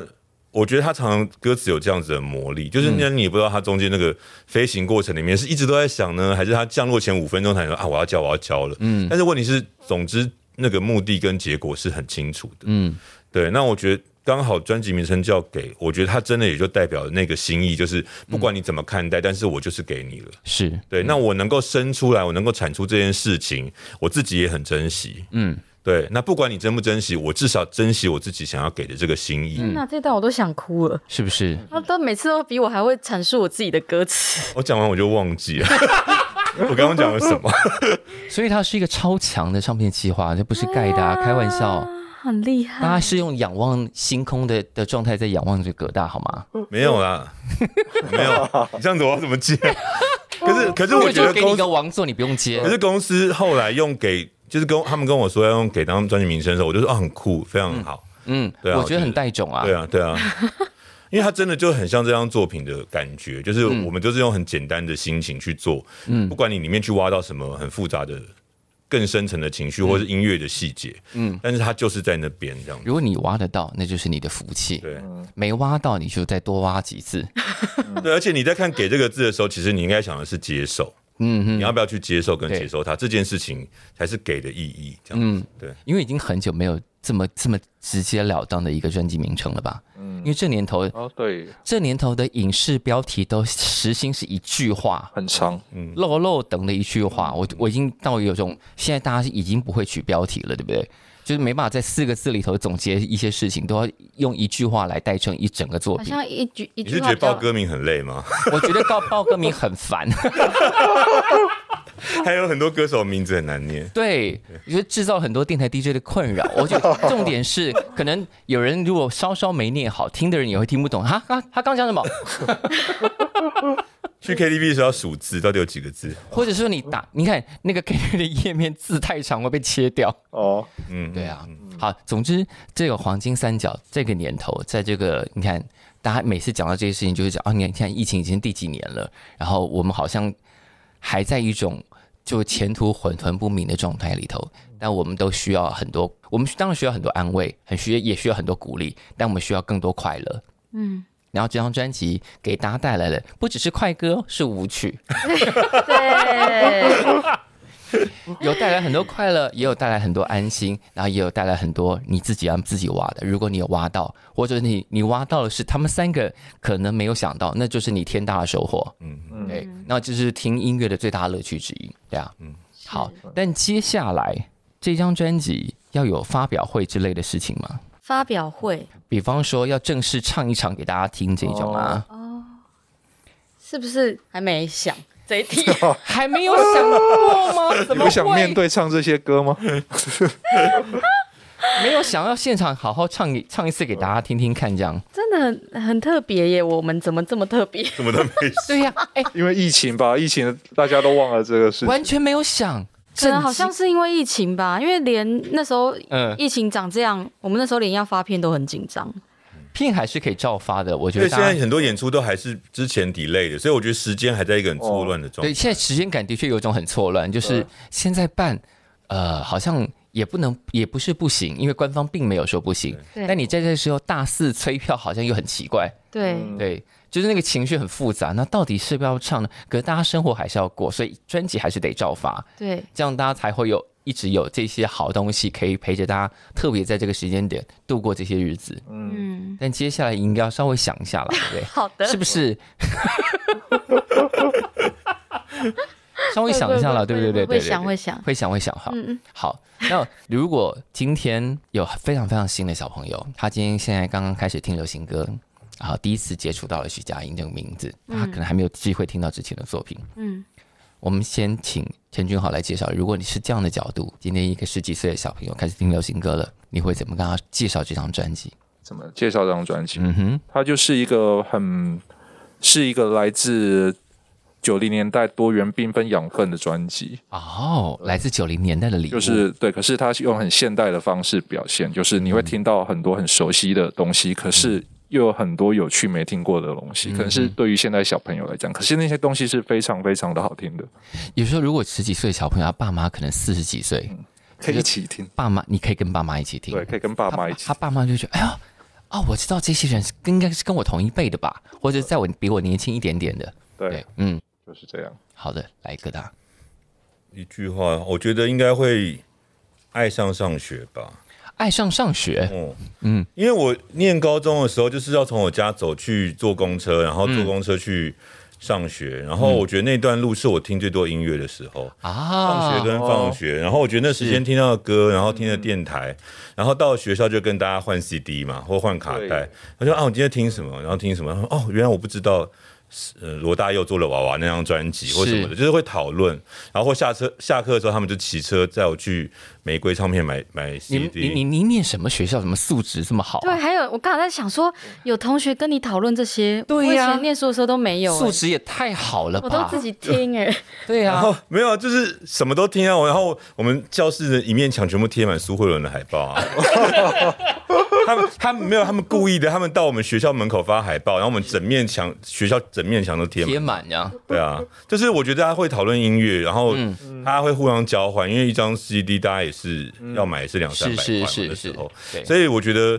我觉得它常常歌词有这样子的魔力，嗯就是那你也不知道它中间那个飞行过程里面是一直都在想呢，还是它降落前五分钟才说啊我要教我要教了，嗯，但是问题是，总之那个目的跟结果是很清楚的，嗯嗯，对。那我觉得刚好专辑名称叫给，我觉得它真的也就代表那个心意，就是不嗯管你怎么看待，但是我就是给你了。是对，那我能够生出来，我能够产出这件事情，我自己也很珍惜。嗯嗯，对。那不管你珍不珍惜，我至少珍惜我自己想要给的这个心意。嗯那这段我都想哭 了，是不是？他都每次都比我还会阐述我自己的歌词。我讲完我就忘记了， 我刚刚讲了什么？所以它是一个超强的唱片计划，这不是盖的、啊，开玩笑。啊很厉大家害，是用仰望星空的的状态在仰望着葛大，好吗？没有啦，没有。你这样子我要怎么接？可是，可是我觉就得给你公一司个，王座，你不用接可。是公司后来用给，就是跟他们跟我说要用给当专辑名称的时候，我就说啊很酷，非常好。嗯，对啊我我觉得觉得很带种啊。对啊，对啊，因为它真的就很像这张作品的感觉，就是我们就是用很简单的心情去做，嗯，不管你里面去挖到什么很复杂的、更深层的情绪或是音乐的细节，嗯，但是它就是在那边这样子。如果你挖得到，那就是你的福气；对没挖到，你就再多挖 几次。对，而且你在看“给”这个字的时候，其实你应该想的是接受，嗯你嗯，要不要去接受跟对接受它这件事情，才是给的意义。这样，嗯，对，因为已经很久没有这么这么直截了当的一个专辑名称了吧？嗯因为这年头，哦，对，这年头的影视标题都时兴是一句话。很长，嗯漏漏等的一句话，我我已经到有种现在大家已经不会取标题了，对不对？就是没办法在四个字里头总结一些事情，都要用一句话来代称一整个作好品。像一句一你是句觉话得比较报歌名很累吗？我觉得报报歌名很烦，还有很多歌手名字很难念，对，我觉得制造很多电台 DJ 的困扰。我觉得重点是，可能有人如果稍稍没念好，听的人也会听不懂。哈，他他刚讲什么？去 KTV 的时候要数字，到底有几个字？或者说你打，你看那个 KTV 的页面字太长会被切掉。哦，嗯，对啊，好，总之这个黄金三角这个年头，在这个你看，大家每次讲到这些事情，就会讲哦，你看，你看疫情已经第几年了，然后我们好像还在一种就前途混沌不明的状态里头，但我们都需要很多，我们当然需要很多安慰，很需要也需要很多鼓励，但我们需要更多快乐。嗯，然后这张专辑给大家带来的不只是快歌哦，是舞曲，对， 有带来很多快乐，也有带来很多安心，然后也有带来很多你自己要自己挖的。如果你有挖到，或者你你挖到的是他们三个可能没有想到，那就是你天大的收获。嗯，嗯对，那这是听音乐的最大的乐趣之一。对啊，嗯，好。但接下来这张专辑要有发表会之类的事情吗？发表会比方说要正式唱一场给大家听这种啊，是不是还没想这 一题？还没有想过吗？怎 你么不想会面对唱这些歌吗？没有想要现场好好唱一唱一次给大家听听看这样？真的很很特别耶！我们怎么这么特别？什么都没对呀、哎、因为疫情吧，疫情大家都忘了这个事情。完全没有想，可震能惊好像是因为疫情吧，因为连那时候嗯疫情长这样，我们那时候连要发片都很紧张。片还是可以照发的，我觉因为得现大在家。很多演出都还是之前 delay 的，所以我觉得时间还在一个很错乱的状哦对，态。现在时间感的确有一种很错乱，就是现在办，呃，好像也不能，也不是不行，因为官方并没有说不行。对但你在这时候大肆催票，好像又很奇怪。对，嗯对，就是那个情绪很复杂。那到底是不要唱呢？可是大家生活还是要过，所以专辑还是得照发，对，这样大家才会有一直有这些好东西可以陪着大家，特别在这个时间点度过这些日子。嗯，但接下来应该要稍微想一下了，对不对？好的，是不是？ 稍微想一下了，对不对？对对对，会想嗯会想，会想会想哈。好，那如果今天有非常非常新的小朋友，他今天现在刚刚开始听流行歌，然后第一次接触到了徐佳莹这个名字，他可能还没有机会听到之前的作品。嗯，我们先请陈君豪来介绍，如果你是这样的角度，今天一个十几岁的小朋友开始听流行歌了，你会怎么跟他介绍这张专辑？怎么介绍这张专辑？嗯哼，它就是一个很是一个来自九零年代多元缤纷养分的专辑，哦，来自九零年代的礼物，就是对，可是嗯它是用很现代的方式表现，就是你会听到很多很熟悉的东西，可是又有很多有趣没听过的东西，可能是对于现在小朋友来讲，可是那些东西是非常非常的好听的，有时候如果十几岁的小朋友，他爸妈可能四十几岁，可以一起听，爸妈你可以跟爸妈一起听，对，可以跟爸妈一起他，他爸妈就觉得，哎呦，哦，我知道这些人是应该是跟我同一辈的吧，或者在我比我年轻一点点的，对，，嗯，就是这样。好的，来一个大，一句话，我觉得应该会爱上上学吧。爱上上学，嗯嗯，因为我念高中的时候，就是要从我家走去坐公车，然后嗯坐公车去上学，然后我觉得那段路是我听最多音乐的时候。啊，放学跟放学，然后我觉得那时间听到的歌，然后听着电台，然后到学校就跟大家换 CD 嘛，或换卡带对。他说啊，我今天听什么，然后听什么，然后哦，原来我不知道。呃，罗大佑做了娃娃那张专辑或什么的，是就是会讨论，然后或下车下课的时候，他们就骑车载我去玫瑰唱片买买你 CD。你你你念什么学校？怎么素质这么好对，啊、还有我刚才在想说，嗯有同学跟你讨论这些，对呀我以前念书的时候都没有、素欸质也太好了吧！我都自己听哎、对然啊，后没有，就是什么都听啊。然后我们教室的一面墙全部贴满苏慧伦的海报啊。 他们他们没有，他们故意的。他们到我们学校门口发海报，然后我们整面墙，学校整面墙都贴贴满。满呀， 对啊，就是我觉得大家会讨论音乐，然后嗯大家会互相交换，因为一张 CD 大家也是要买也是两三是百块嗯是嘛是的是时候，，对，所以我觉得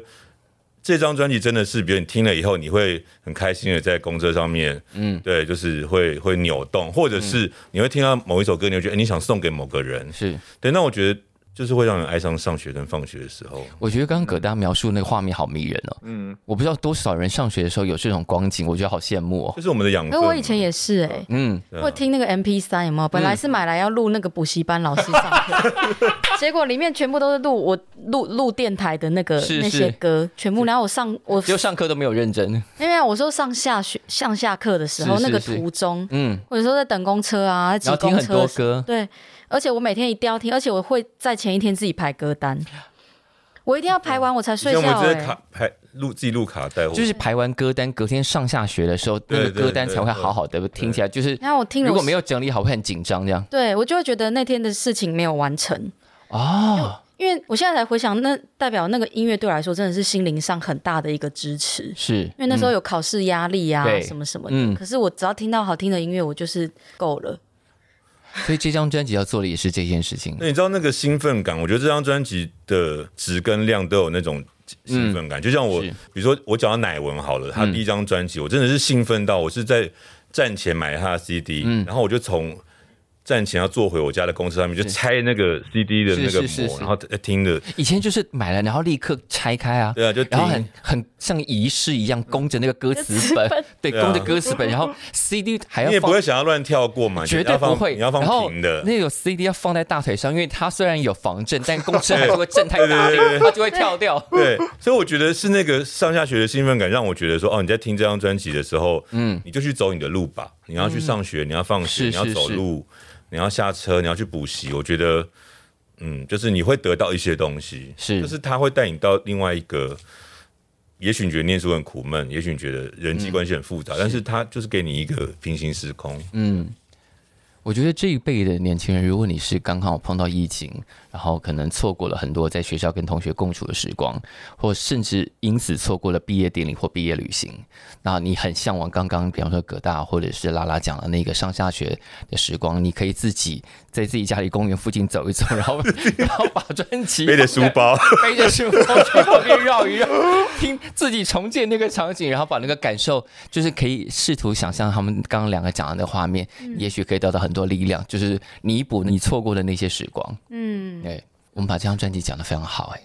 这张专辑真的是，比如你听了以后，你会很开心的在公车上面，嗯，对，就是会会扭动，或者是你会听到某一首歌，你会觉得、诶你想送给某个人，是对，那我觉得就是会让人爱上上学跟放学的时候，我觉得刚刚葛大描述那个画面好迷人哦。嗯，我不知道多少人上学的时候有这种光景，我觉得好羡慕哦就。是我们的养可分。我以前也是哎、嗯，对啊我听那个 MP 三有没有？本来是买来要录那个补习班老师上课，嗯结果里面全部都是录我录录电台的那个是那是些歌，全部。然后我上我就上课都没有认真。因为我说上下学上下课的时候，是是那个是途中，嗯，或者说在等公车啊，在然后挤听公很车多的时候， 歌，对，而且我每天一定要听，而且我会在前一天自己排歌单，我一定要排完我才以睡前我觉、们直接欸。卡拍录自己录卡带，就是排完歌单，隔天上下学的时候，那个对对歌单对才会好好的听起来。就是然后我听了，如果没有整理好，会很紧张这样。对我就会觉得那天的事情没有完成。哦，因为我现在才回想，那代表那个音乐对我来说真的是心灵上很大的一个支持，因是为那时候嗯有考试压力啊，对什么什么的。嗯可是我只要听到好听的音乐，我就是够了。所以这张专辑要做的也是这件事情。那你知道那个兴奋感？我觉得这张专辑的质跟量都有那种兴奋感。就像我，嗯是比如说我讲到乃文好了，他第一张专辑，我真的是兴奋到我是在站前买了他的 CD，、然嗯后我就从站前要坐回我家的公车上面，就拆那个 CD 的那个膜，是是是是然后呃听的，以前就是买了，然后立刻拆开啊，对啊就然后听很很像仪式一样，供着那个歌词本，对，对啊供着歌词本， 然后 CD 还你也要不放会。想要乱跳过嘛？绝你对要放不会，你要然放后平的。那种 CD 要放在大腿上，因为它虽然有防震，但公车还是会震太大力，它就会跳掉。 对，所以我觉得是那个上下学的兴奋感，让我觉得说，哦，你在听这张专辑的时候，嗯，你就去走你的路吧。你要去上学，你要放学，是你要是走是路，你要下车，你要去补习。我觉得，嗯，就是你会得到一些东西，是就是它会带你到另外一个。也许你觉得念书很苦闷，也许你觉得人际关系很复杂，但是它就是给你一个平行时空。我觉得这一辈的年轻人，如果你是刚好碰到疫情，然后可能错过了很多在学校跟同学共处的时光，或甚至因此错过了毕业典礼或毕业旅行，那你很向往刚刚比方说葛大或者是拉拉讲的那个上下学的时光，你可以自己在自己家里公园附近走一走，然后 然后把专辑背着书包， 背着书包去旁边绕一绕，听自己重建那个场景，然后把那个感受，就是可以试图想象他们刚刚两个讲的那画面，也许可以得到很多力量，就是弥补你错过的那些时光。嗯，对，我们把这张专辑讲得非常好、哎，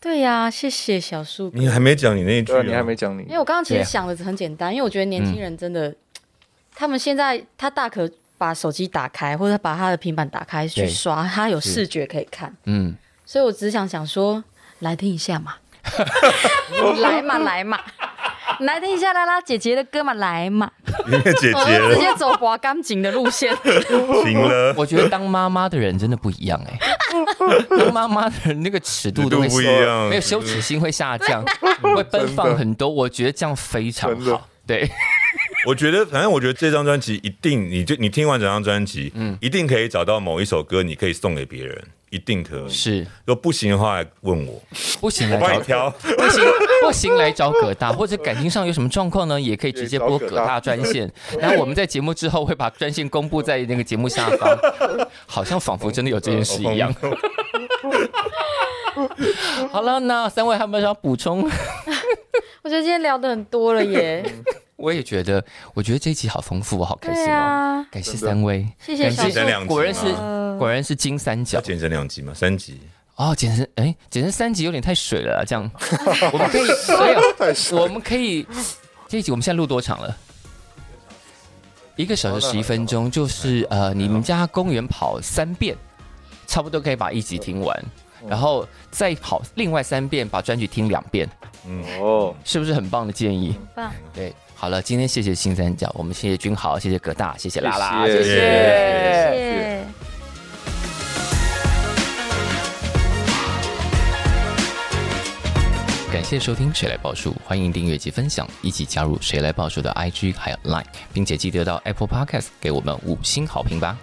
对呀、谢谢小树 哥。你还没讲你那一句、对啊，啊， 你还没讲你因为我刚刚其对实啊嗯想的很简单，因为我觉得年轻人真的，他们现在他大可把手机打开，或者把他的平板打开去对刷，他有视觉可以看。嗯，所以我只想想说，来听一下嘛， 来嘛来嘛，来听一下拉拉姐姐的歌嘛，来嘛，因为 姐我 姐就直了，接走滑钢琴的路线。 行了，我觉得当妈妈的人真的不一样、哎， 当妈妈的人那个尺度都会尺度不一样没有羞耻心会下降，会奔放很多。我觉得这样非常真的好，对，我觉得，反正我觉得这张专辑一定，你就你听完整张专辑，嗯，一定可以找到某一首歌，你可以送给别人，一一定可以。是如果不行的话，来问我，不行我来帮找你挑。不行 不行来找葛大，或者感情上有什么状况呢，也可以直接拨葛大专 线。然后我们在节目之后会把专线公布在那个节目下方，好像仿佛真的有这件事一 样。好了，那三位还有没有想补充？我觉得今天聊的很多了耶，我也觉得，我觉得这一集好丰富，我好嗯开对心哦。啊，感谢三位，谢谢感小减树成，两集嘛，果然是呃果然是金三角要减成两集嘛，三集。哦，简直哎，简直三集有点太水了啊，这 样我们可以没有，太帅我们可以这一集我们现在录多长了？一个小时十一分钟，就是呃，你们家公园跑三遍，差不多可以把一集听完，嗯然后再跑另外三遍，把专辑听两遍，哦，是不是很棒的建议？棒，对，好了，今天谢谢新三角，我们谢谢君豪，谢谢葛大，谢谢拉拉，谢谢谢谢谢谢。感谢收听《谁来报数》，欢迎订阅及分享，一起加入《谁来报数》的 IG 还有 Line，并且记得到 Apple Podcast 给我们五星好评吧。